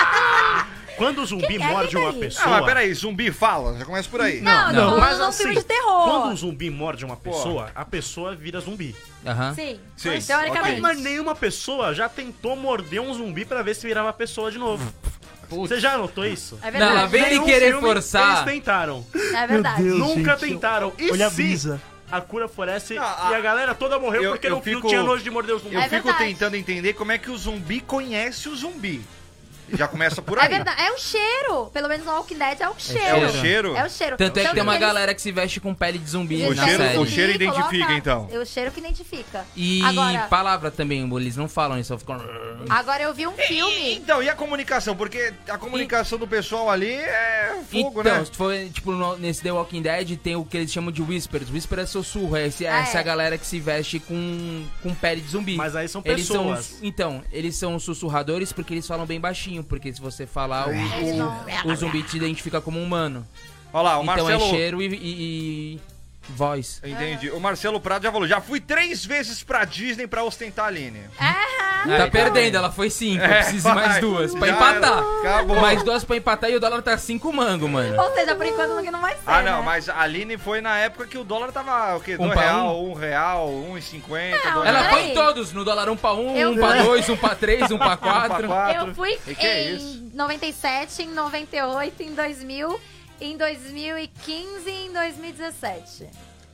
Speaker 8: Quando o zumbi
Speaker 6: Que- é,
Speaker 8: morde
Speaker 6: fica
Speaker 8: uma
Speaker 6: aí.
Speaker 8: pessoa.
Speaker 4: Ah, mas peraí, zumbi fala, já começa por aí.
Speaker 6: Não,
Speaker 5: não,
Speaker 6: não, não,
Speaker 8: mas
Speaker 6: não um filme
Speaker 8: assim,
Speaker 6: de terror.
Speaker 8: Quando um zumbi morde uma pessoa, a pessoa vira zumbi.
Speaker 5: Aham.
Speaker 6: Sim,
Speaker 4: Sim,
Speaker 6: mas teoricamente.
Speaker 4: ok.
Speaker 8: Mas nenhuma pessoa já tentou morder um zumbi pra ver se virava pessoa de novo. Você já notou isso?
Speaker 6: É
Speaker 5: Não, lá
Speaker 6: verdade.
Speaker 5: vem ele
Speaker 8: Nenhum
Speaker 5: querer
Speaker 8: filme
Speaker 5: forçar.
Speaker 8: Eles tentaram.
Speaker 6: É verdade.
Speaker 7: Meu Deus.
Speaker 8: Nunca
Speaker 7: gente,
Speaker 8: tentaram. E
Speaker 7: Olha a
Speaker 8: se
Speaker 7: brisa.
Speaker 8: a cura floresce
Speaker 4: Ah,
Speaker 8: e a galera toda morreu
Speaker 4: eu-
Speaker 8: porque
Speaker 4: eu
Speaker 8: não, não
Speaker 4: fico-
Speaker 8: tinha nojo de morder o zumbi.
Speaker 4: Eu
Speaker 6: É
Speaker 4: fico
Speaker 6: verdade.
Speaker 4: tentando entender como é que o zumbi conhece o zumbi. Já começa por
Speaker 6: É
Speaker 4: aí.
Speaker 6: verdade. É o cheiro. Pelo menos no Walking Dead é o cheiro.
Speaker 4: É o cheiro?
Speaker 6: É o cheiro.
Speaker 5: Tanto é que tem uma
Speaker 6: eles-
Speaker 5: galera que se veste com pele de zumbi
Speaker 6: eles
Speaker 5: na
Speaker 6: pegam
Speaker 5: série.
Speaker 4: o cheiro
Speaker 6: zumbi e
Speaker 4: identifica,
Speaker 6: colocam-
Speaker 4: então.
Speaker 6: É o cheiro que identifica.
Speaker 5: E
Speaker 6: Agora,
Speaker 5: palavra também, eles não falam, eles só ficam.
Speaker 6: agora eu vi um
Speaker 4: E-
Speaker 6: filme.
Speaker 4: Então, e a comunicação? Porque a comunicação do pessoal ali é fogo,
Speaker 5: então,
Speaker 4: né?
Speaker 5: se for, tipo, no- nesse The Walking Dead tem o que eles chamam de whispers. Whisper é sussurro, é, esse- é
Speaker 6: Ah, é.
Speaker 5: essa galera que se veste com, com pele de zumbi.
Speaker 8: Mas aí são
Speaker 5: Eles são,
Speaker 8: pessoas.
Speaker 5: os- então, eles são os sussurradores porque eles falam bem baixinho, porque se você falar, o,
Speaker 6: Eles não-
Speaker 5: o, o zumbi te identifica como humano.
Speaker 4: Olha lá, o
Speaker 5: então
Speaker 4: Marcelo.
Speaker 5: é cheiro e, e- e voz.
Speaker 4: Entendi. O Marcelo Prado já falou: já fui três vezes pra Disney pra ostentar a linha.
Speaker 6: É
Speaker 5: tá perdendo, ela foi cinco, eu preciso de mais duas pra
Speaker 4: Já
Speaker 5: empatar.
Speaker 4: era. Acabou.
Speaker 5: Mais duas pra empatar e o dólar tá cinco mango, mano.
Speaker 6: Ou seja, por enquanto não vai ser.
Speaker 4: Ah, não,
Speaker 6: né?
Speaker 4: mas a Aline foi na época que o dólar tava o quê?
Speaker 5: Um
Speaker 4: Dois
Speaker 5: pra
Speaker 4: real, um real, um e cinquenta,
Speaker 6: Não,
Speaker 4: dois
Speaker 5: Ela
Speaker 4: real,
Speaker 5: foi
Speaker 6: Peraí.
Speaker 5: em todos, no dólar um pra um,
Speaker 6: Eu
Speaker 5: um pra
Speaker 6: fui.
Speaker 5: dois, um pra três, um pra
Speaker 4: um pra
Speaker 5: quatro.
Speaker 4: quatro.
Speaker 6: Eu fui
Speaker 4: Que que é isso?
Speaker 6: em 97, em 98, em 2000, em 2015 e em 2017.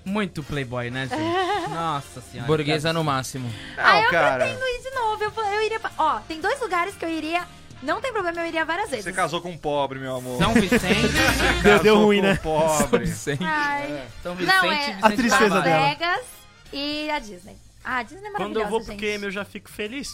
Speaker 3: Muito playboy, né, gente? Nossa senhora.
Speaker 5: Burguesa no máximo.
Speaker 6: Aí
Speaker 4: Não,
Speaker 6: eu
Speaker 4: Ah, cara.
Speaker 6: pretendo ir de novo. Eu, eu iria. pra- Ó, tem dois lugares que eu iria. Não tem problema, eu iria várias vezes.
Speaker 4: Você casou com um pobre, meu amor.
Speaker 3: São Vicente.
Speaker 4: Você
Speaker 7: Deu- deu
Speaker 4: casou
Speaker 7: ruim,
Speaker 4: com um
Speaker 7: né?
Speaker 4: Pobre.
Speaker 5: Vicente.
Speaker 6: Ai.
Speaker 4: né?
Speaker 5: Então,
Speaker 6: Não,
Speaker 5: Vicente,
Speaker 6: é-
Speaker 5: Vicente
Speaker 7: A tristeza
Speaker 5: Barbalho.
Speaker 7: dela.
Speaker 6: Vegas e a Disney. Ah, a Disney é
Speaker 8: Quando eu
Speaker 6: maravilhosa,
Speaker 8: vou pro
Speaker 6: gente.
Speaker 8: QM eu já fico feliz.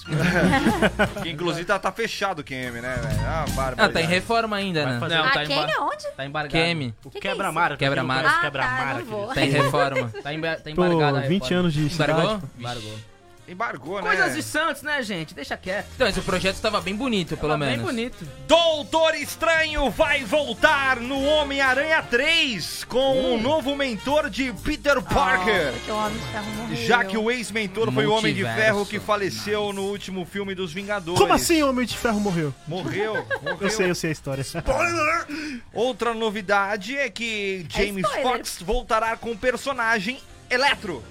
Speaker 4: Que inclusive tá, tá fechado o QM, né, velho? Ah, barba.
Speaker 5: Ah, tá em reforma ainda, né?
Speaker 8: fazer-
Speaker 3: Não,
Speaker 6: Ah,
Speaker 3: tá,
Speaker 6: quem
Speaker 3: embar...
Speaker 6: é onde?
Speaker 3: tá embargado.
Speaker 5: QM,
Speaker 8: O
Speaker 6: que é
Speaker 8: quebra-mara.
Speaker 5: isso? Quebra-mara.
Speaker 6: Ah, tá,
Speaker 8: quebra-mara.
Speaker 6: eu não vou.
Speaker 5: tá em reforma.
Speaker 3: Tá, emba... tá
Speaker 7: Pô,
Speaker 3: embargado.
Speaker 7: 20 anos de É.
Speaker 5: Embargou?
Speaker 7: cidade.
Speaker 3: Embargou.
Speaker 4: Embargou, né?
Speaker 3: Coisas de Santos, né, gente? Deixa quieto.
Speaker 5: Então, esse projeto tava bem bonito, pelo
Speaker 3: Tava
Speaker 5: menos.
Speaker 3: Bem bonito.
Speaker 4: Doutor Estranho vai voltar no Homem-Aranha 3 com o novo mentor de Peter Parker.
Speaker 6: Que um o homem de ferro morreu.
Speaker 4: Já que o ex-mentor foi o Homem de
Speaker 5: Multiverso.
Speaker 4: Ferro que faleceu no último filme dos Vingadores.
Speaker 7: Como assim o Homem de Ferro morreu?
Speaker 4: Morreu, morreu.
Speaker 7: Eu sei, eu sei a história.
Speaker 4: Outra novidade é que James
Speaker 6: spoiler.
Speaker 4: Fox voltará com o personagem Eletro.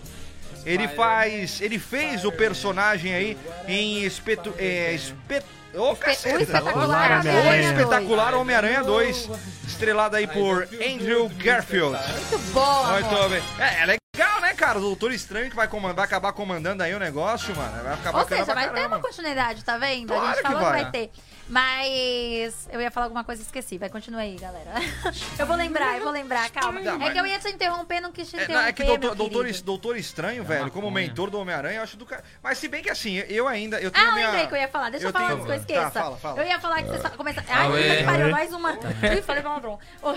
Speaker 4: Ele faz. Ele fez o personagem aí em espeto. É, espeto. Ô,
Speaker 6: O
Speaker 4: caceta!
Speaker 6: espetacular
Speaker 7: Nossa,
Speaker 4: O
Speaker 6: Homem-Aranha dois.
Speaker 4: espetacular Homem-Aranha 2, estrelado aí por Andrew Garfield.
Speaker 6: Muito boa, amor.
Speaker 4: Muito bem. É, é legal, né, cara? O Doutor Estranho que vai, comandar, vai acabar comandando aí o negócio, mano. Vai ficar
Speaker 6: Ou
Speaker 4: Tá bacana
Speaker 6: seja,
Speaker 4: pra
Speaker 6: vai ter
Speaker 4: caramba.
Speaker 6: uma continuidade, tá vendo? a
Speaker 4: Claro
Speaker 6: gente
Speaker 4: que
Speaker 6: falou que
Speaker 4: vai.
Speaker 6: vai. ter. Mas eu ia falar alguma coisa e esqueci. Vai, continua aí, galera. eu vou lembrar, eu vou lembrar, calma.
Speaker 4: Não, mas-
Speaker 6: é que eu ia te interromper, não quis te
Speaker 4: É,
Speaker 6: interromper,
Speaker 4: não, é que doutor,
Speaker 6: um meu
Speaker 4: doutor,
Speaker 6: querido.
Speaker 4: Doutor
Speaker 7: É
Speaker 4: Estranho, velho, como
Speaker 3: maconha.
Speaker 4: mentor do Homem-Aranha, eu acho do cara. Mas se bem que assim, eu ainda. Eu tenho
Speaker 6: Ah,
Speaker 4: minha...
Speaker 6: lembrei que eu ia falar. Deixa eu,
Speaker 4: eu
Speaker 6: falar
Speaker 4: tenho-
Speaker 6: antes que eu
Speaker 4: Tá,
Speaker 6: esqueça.
Speaker 4: fala, fala.
Speaker 6: Eu ia falar que você só começa. Ai,
Speaker 5: Aue,
Speaker 6: puta que pariu,
Speaker 7: aue.
Speaker 6: mais uma. Ih, falei palavrão. Oh,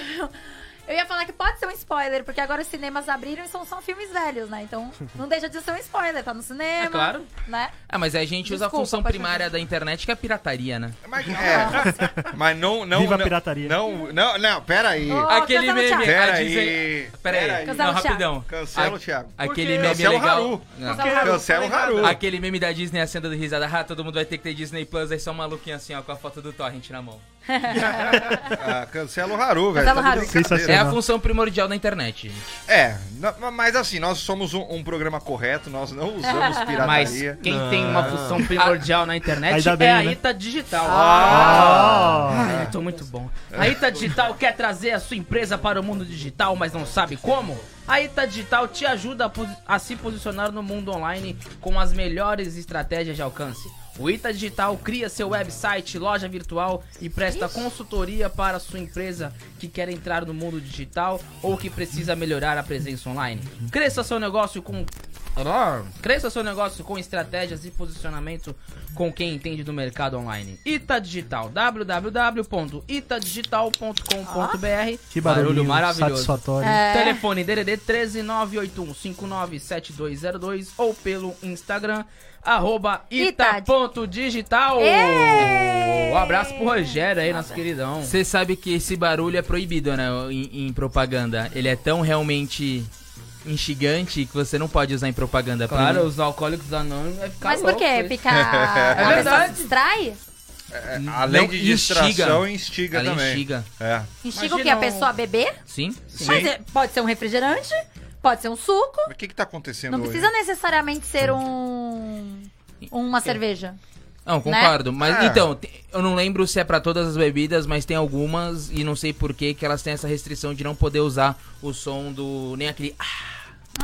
Speaker 6: Eu ia falar que pode ser um spoiler, porque agora os cinemas abriram e são só filmes velhos, né? Então não deixa de ser um spoiler, tá no cinema.
Speaker 3: É claro.
Speaker 6: Né?
Speaker 5: Ah, mas a gente usa a
Speaker 6: Desculpa,
Speaker 5: função
Speaker 6: pode
Speaker 5: primária da internet, que é a pirataria, né?
Speaker 6: Ah.
Speaker 4: Mas, é, mas não, não.
Speaker 7: Viva a
Speaker 4: não-
Speaker 7: pirataria.
Speaker 4: Não, não, não, peraí.
Speaker 6: Ô,
Speaker 5: Aquele
Speaker 6: cancela o
Speaker 5: meme.
Speaker 6: Thiago.
Speaker 5: Pera
Speaker 4: Peraí.
Speaker 5: aí. Pera aí,
Speaker 4: Peraí.
Speaker 5: não,
Speaker 6: Cancela o Thiago.
Speaker 5: rapidão.
Speaker 4: Cancela o Thiago.
Speaker 5: Aquele meme é
Speaker 4: Cancela o
Speaker 5: legal.
Speaker 4: Haru.
Speaker 5: Não.
Speaker 4: Cancela o Haru.
Speaker 5: Aquele meme da Disney, a cena do risada, ah, todo mundo vai ter que ter Disney Plus, aí só um maluquinho assim, ó, com a foto do Torrent na mão.
Speaker 4: Ah, cancela o Haru, velho.
Speaker 6: Cancela o
Speaker 4: Tá
Speaker 6: Haru.
Speaker 4: de brincadeira.
Speaker 5: É a
Speaker 7: Não.
Speaker 5: função primordial da internet, gente.
Speaker 4: É, não, mas assim, nós somos um, um programa correto, nós não usamos
Speaker 3: Mas
Speaker 4: pirataria.
Speaker 3: quem tem uma função primordial na internet
Speaker 7: Ainda bem,
Speaker 3: é
Speaker 7: né?
Speaker 3: a Ita Digital.
Speaker 7: Ah,
Speaker 3: Ai, eu tô muito bom. A Ita Digital quer trazer a sua empresa para o mundo digital, mas não sabe como? A Ita Digital te ajuda a, posi- a se posicionar no mundo online com as melhores estratégias de alcance. O Ita Digital cria seu website, loja virtual e presta consultoria para sua empresa que quer entrar no mundo digital ou que precisa melhorar a presença online. Cresça seu negócio com Cresça seu negócio com estratégias e posicionamento com quem entende do mercado online. Ita Digital, www.itadigital.com.br.
Speaker 7: Que
Speaker 3: barulho
Speaker 7: barulho
Speaker 8: Ah,
Speaker 3: maravilhoso.
Speaker 7: Satisfatório.
Speaker 6: É.
Speaker 3: Telefone DDD 13 981 597202 ou pelo Instagram, arroba
Speaker 6: Ita.
Speaker 3: ita.digital.
Speaker 6: Ê!
Speaker 3: Um abraço pro Rogério aí, nosso queridão.
Speaker 5: Você sabe que esse barulho é proibido, né? Em, em propaganda. Ele é tão realmente instigante que você não pode usar em propaganda. Pra
Speaker 3: Claro,
Speaker 5: mim-
Speaker 3: os alcoólicos anônimos vai ficar
Speaker 6: Mas por
Speaker 3: louco,
Speaker 6: quê?
Speaker 3: hein?
Speaker 6: Fica. A pessoa se
Speaker 3: É verdade.
Speaker 6: É distrai?
Speaker 4: É, Além
Speaker 5: Não,
Speaker 4: de
Speaker 5: instiga.
Speaker 4: distração, instiga
Speaker 5: Ela
Speaker 4: também.
Speaker 5: instiga.
Speaker 4: É.
Speaker 6: Instiga o
Speaker 3: Imagina
Speaker 6: que? A
Speaker 3: um-
Speaker 6: pessoa a beber?
Speaker 5: Sim?
Speaker 4: Sim.
Speaker 6: Mas é- pode ser um refrigerante, pode ser um suco.
Speaker 4: Mas o que que tá acontecendo
Speaker 6: Não
Speaker 4: hoje?
Speaker 6: precisa necessariamente ser um. Uma cerveja. Né?
Speaker 5: Não, concordo. Mas
Speaker 8: Ah.
Speaker 4: É.
Speaker 5: então, te- eu não lembro se é pra todas as bebidas, mas tem algumas e não sei por que que elas têm essa restrição de não poder usar o som do nem aquele ah,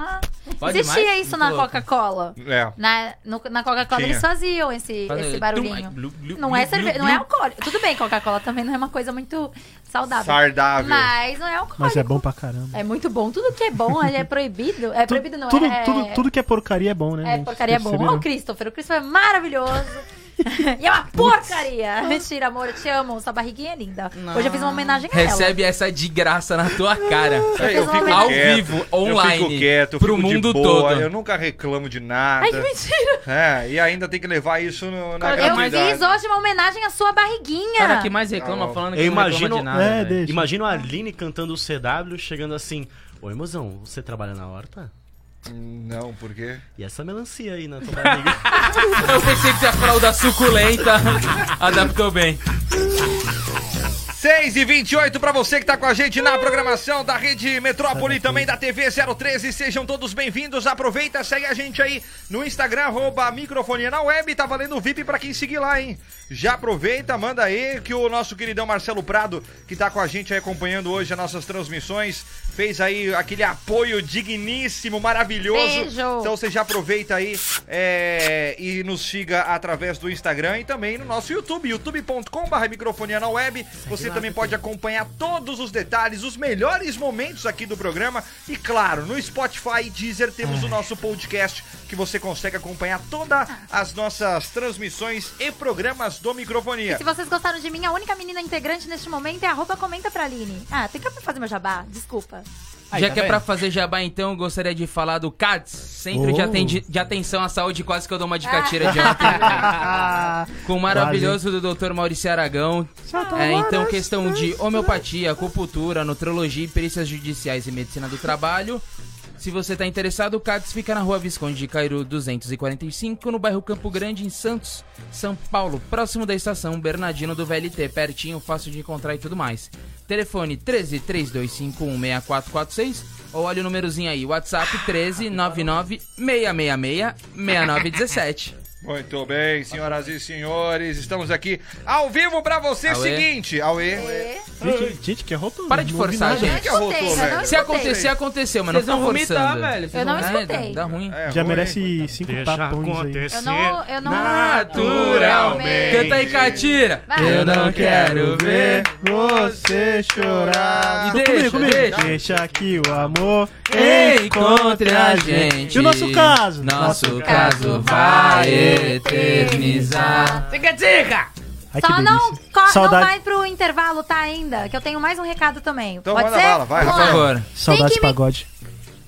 Speaker 6: Ah,
Speaker 5: Pode
Speaker 6: existia
Speaker 5: mais?
Speaker 6: isso
Speaker 5: Muito
Speaker 6: na
Speaker 5: louco.
Speaker 6: Coca-Cola.
Speaker 4: É.
Speaker 6: Na, no- na Coca-Cola
Speaker 4: Tinha.
Speaker 6: eles faziam esse, esse barulhinho.
Speaker 5: Blu,
Speaker 3: um,
Speaker 5: blu,
Speaker 6: Não é
Speaker 5: blu, blu,
Speaker 6: cerveja, não é
Speaker 5: blu.
Speaker 6: alcoólico. Tudo bem, Coca-Cola também não é uma coisa muito saudável.
Speaker 4: Sardável.
Speaker 6: Mas não é alcoólico.
Speaker 7: Mas é bom pra caramba.
Speaker 6: É muito bom. Tudo que é bom ele é proibido. É
Speaker 7: Tu-
Speaker 6: proibido, não
Speaker 7: tudo,
Speaker 6: é?
Speaker 7: Tudo, tudo que é porcaria é bom, né?
Speaker 6: É,
Speaker 7: gente?
Speaker 6: porcaria é bom. Ó,
Speaker 7: Perceberam?
Speaker 6: o Christopher. O Christopher é maravilhoso. e é uma porcaria. Mentira, amor. Eu te amo. Sua barriguinha é linda. Hoje eu fiz uma homenagem a
Speaker 5: Recebe essa de graça na tua cara.
Speaker 4: É, eu
Speaker 6: fiz uma
Speaker 4: fico
Speaker 6: homenagem.
Speaker 5: Ao
Speaker 4: quieto,
Speaker 5: vivo,
Speaker 4: Eu
Speaker 5: online,
Speaker 4: fico quieto, eu
Speaker 5: pro
Speaker 4: fico de
Speaker 5: mundo
Speaker 4: boa,
Speaker 5: todo.
Speaker 4: Eu nunca reclamo de
Speaker 6: ela.
Speaker 4: nada.
Speaker 6: Ai, que mentira.
Speaker 4: É, e ainda tem que levar isso no, na
Speaker 6: Eu
Speaker 4: gratuidade.
Speaker 6: fiz hoje uma homenagem à sua barriguinha.
Speaker 3: O cara que mais reclama
Speaker 4: Não.
Speaker 3: falando que
Speaker 8: Eu
Speaker 3: não reclama
Speaker 8: imagino-
Speaker 3: de nada.
Speaker 7: É,
Speaker 3: velho.
Speaker 7: deixa.
Speaker 8: Imagina a Aline cantando o CW, chegando assim... Oi, mozão, você trabalha na horta?
Speaker 4: Hum, Não, por quê?
Speaker 8: E essa melancia aí na tua barriga?
Speaker 5: Eu pensei que você ia falar o da suculenta. Adaptou bem.
Speaker 4: 6 e 28 para você que tá com a gente na programação da Rede Metrópole e também da TV 013. Sejam todos bem-vindos. Aproveita, segue a gente aí no Instagram, arroba microfonia na web. Tá valendo o VIP para quem seguir lá, hein? Já aproveita, manda aí que o nosso queridão Marcelo Prado, que tá com a gente aí acompanhando hoje as nossas transmissões, fez aí aquele apoio digníssimo, maravilhoso.
Speaker 6: Beijo.
Speaker 4: Então você já aproveita aí é, e nos siga através do Instagram e também no nosso YouTube, youtube.com.br microfonia na web. Você também pode acompanhar todos os detalhes, os melhores momentos aqui do programa. E claro, no Spotify e Deezer temos o nosso podcast que você consegue acompanhar todas as nossas transmissões e programas do microfonia.
Speaker 6: Se vocês gostaram de mim, a única menina integrante neste momento é arroba comenta pra Aline. Ah, tem que fazer meu jabá. Desculpa.
Speaker 3: Aí,
Speaker 5: Já
Speaker 3: tá
Speaker 5: que é
Speaker 3: vendo?
Speaker 5: pra fazer jabá, então, eu gostaria de falar do CADS, Centro de,
Speaker 7: Oh.
Speaker 5: Atendi- de Atenção à Saúde, quase que eu dou uma de catira de ontem. Com o maravilhoso do Dr. Maurício Aragão.
Speaker 3: tá
Speaker 5: É, então, questão de homeopatia, acupuntura, nutrologia, perícias judiciais e medicina do trabalho. Se você tá interessado, o CADS fica na rua Visconde de Cairo 245, no bairro Campo Grande, em Santos, São Paulo, próximo da estação Bernardino do VLT, pertinho, fácil de encontrar e tudo mais. Telefone 13 3251 6446 ou olha o númerozinho aí, WhatsApp 13 99 666 6917.
Speaker 4: Muito bem, senhoras e senhores, estamos aqui ao vivo para você.
Speaker 5: Auê.
Speaker 4: Seguinte, Auê.
Speaker 7: Gente, gente, que roupa?
Speaker 5: Para de
Speaker 7: Não ouvi
Speaker 5: forçar,
Speaker 7: nada.
Speaker 5: gente.
Speaker 6: Eu
Speaker 4: que que arrotou,
Speaker 6: escutei, eu
Speaker 4: velho?
Speaker 6: não
Speaker 5: Se
Speaker 6: escutei.
Speaker 5: acontecer, aconteceu, mas não
Speaker 3: Vocês
Speaker 5: fica
Speaker 3: vão vomitar,
Speaker 5: forçando.
Speaker 3: velho. Vocês
Speaker 6: Eu não
Speaker 3: vão-
Speaker 5: É, dá,
Speaker 6: escutei.
Speaker 5: dá ruim.
Speaker 4: É,
Speaker 7: Já
Speaker 4: ruim.
Speaker 7: merece cinco tapões aí.
Speaker 6: Eu não. Eu não.
Speaker 5: Naturalmente. Canta aí, Catira.
Speaker 6: Vai. Eu não
Speaker 5: quero ver
Speaker 7: você
Speaker 4: chorar.
Speaker 5: Deixa, deixa.
Speaker 7: Deixa que o amor
Speaker 5: Encontre a gente.
Speaker 7: E o nosso caso?
Speaker 5: Nosso caso vai eternizar.
Speaker 3: Diga, diga!
Speaker 7: Ai, É que
Speaker 6: Só não,
Speaker 7: delícia.
Speaker 6: co- não
Speaker 7: Saudade-
Speaker 6: vai pro intervalo, tá? Ainda, que eu tenho mais um recado também.
Speaker 4: Então
Speaker 6: Pode
Speaker 4: manda
Speaker 6: ser?
Speaker 4: bala, vai,
Speaker 6: Vamos
Speaker 5: Por
Speaker 6: lá.
Speaker 5: favor.
Speaker 7: Saudade
Speaker 6: Tem que me-
Speaker 7: pagode.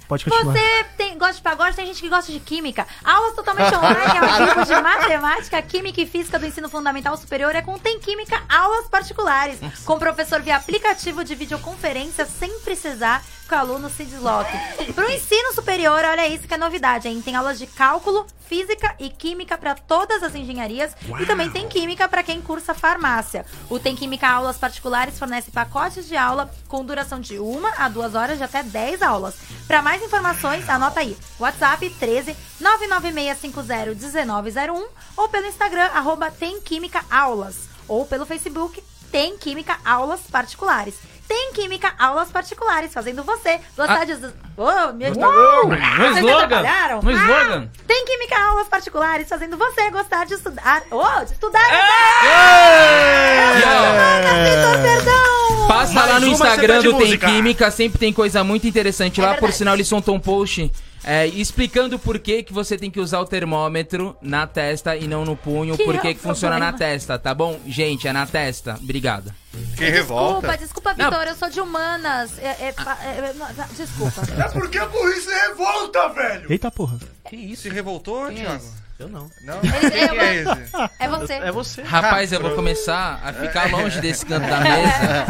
Speaker 7: Pode continuar.
Speaker 6: Você tem- gosta de pagode, tem gente que gosta de química. Aulas totalmente online é um tipo de matemática, química e física do ensino fundamental superior é com Tem Química aulas particulares, com professor via aplicativo de videoconferência sem precisar que o aluno se desloque. Pro ensino superior, olha isso que é novidade, hein? Tem aulas de cálculo, física e química para todas as engenharias e também tem química para quem cursa farmácia. O Tem Química Aulas Particulares fornece pacotes de aula com duração de 1 a 2 horas de até 10 aulas. Para mais informações, anota aí, WhatsApp 13 996501901 ou pelo Instagram, arroba Tem Química Aulas ou pelo Facebook Tem Química Aulas Particulares. Tem Química, aulas particulares, fazendo você
Speaker 3: Ah.
Speaker 6: gostar de... Oh, me...
Speaker 3: Uh, no
Speaker 6: Vocês
Speaker 3: slogan!
Speaker 6: atrapalharam?
Speaker 3: No
Speaker 6: Ah!
Speaker 3: slogan!
Speaker 6: Tem Química, aulas particulares, fazendo você gostar de estudar... Oh, de estudar...
Speaker 4: É!
Speaker 7: É.
Speaker 6: Manas,
Speaker 4: É!
Speaker 6: Vitor, perdão!
Speaker 5: Passa
Speaker 8: Mais
Speaker 5: lá no
Speaker 8: uma semana
Speaker 5: Instagram
Speaker 8: de
Speaker 5: do Tem
Speaker 8: música.
Speaker 5: Química, sempre tem coisa muito interessante
Speaker 6: É
Speaker 5: lá. Por
Speaker 6: verdade.
Speaker 5: sinal, ele soltou um post é, explicando por que, que você tem que usar o termômetro na testa e não no punho,
Speaker 6: Que
Speaker 5: por
Speaker 6: é
Speaker 5: que,
Speaker 6: o
Speaker 5: que funciona
Speaker 6: problema.
Speaker 5: na testa, tá bom? Gente, é na testa. Obrigado.
Speaker 4: Que revolta.
Speaker 6: Desculpa, desculpa, Vitor, eu sou de humanas. É, é, fa- é, é, não, não, desculpa.
Speaker 8: Porque a burrice revolta, velho!
Speaker 7: Eita porra.
Speaker 3: Que isso?
Speaker 4: Se revoltou,
Speaker 6: é
Speaker 4: Thiago?
Speaker 8: Eu não.
Speaker 4: Não?
Speaker 6: Ele-
Speaker 4: Quem é esse?
Speaker 6: É você.
Speaker 8: É você.
Speaker 5: Rapaz, eu vou começar a ficar longe desse canto da mesa.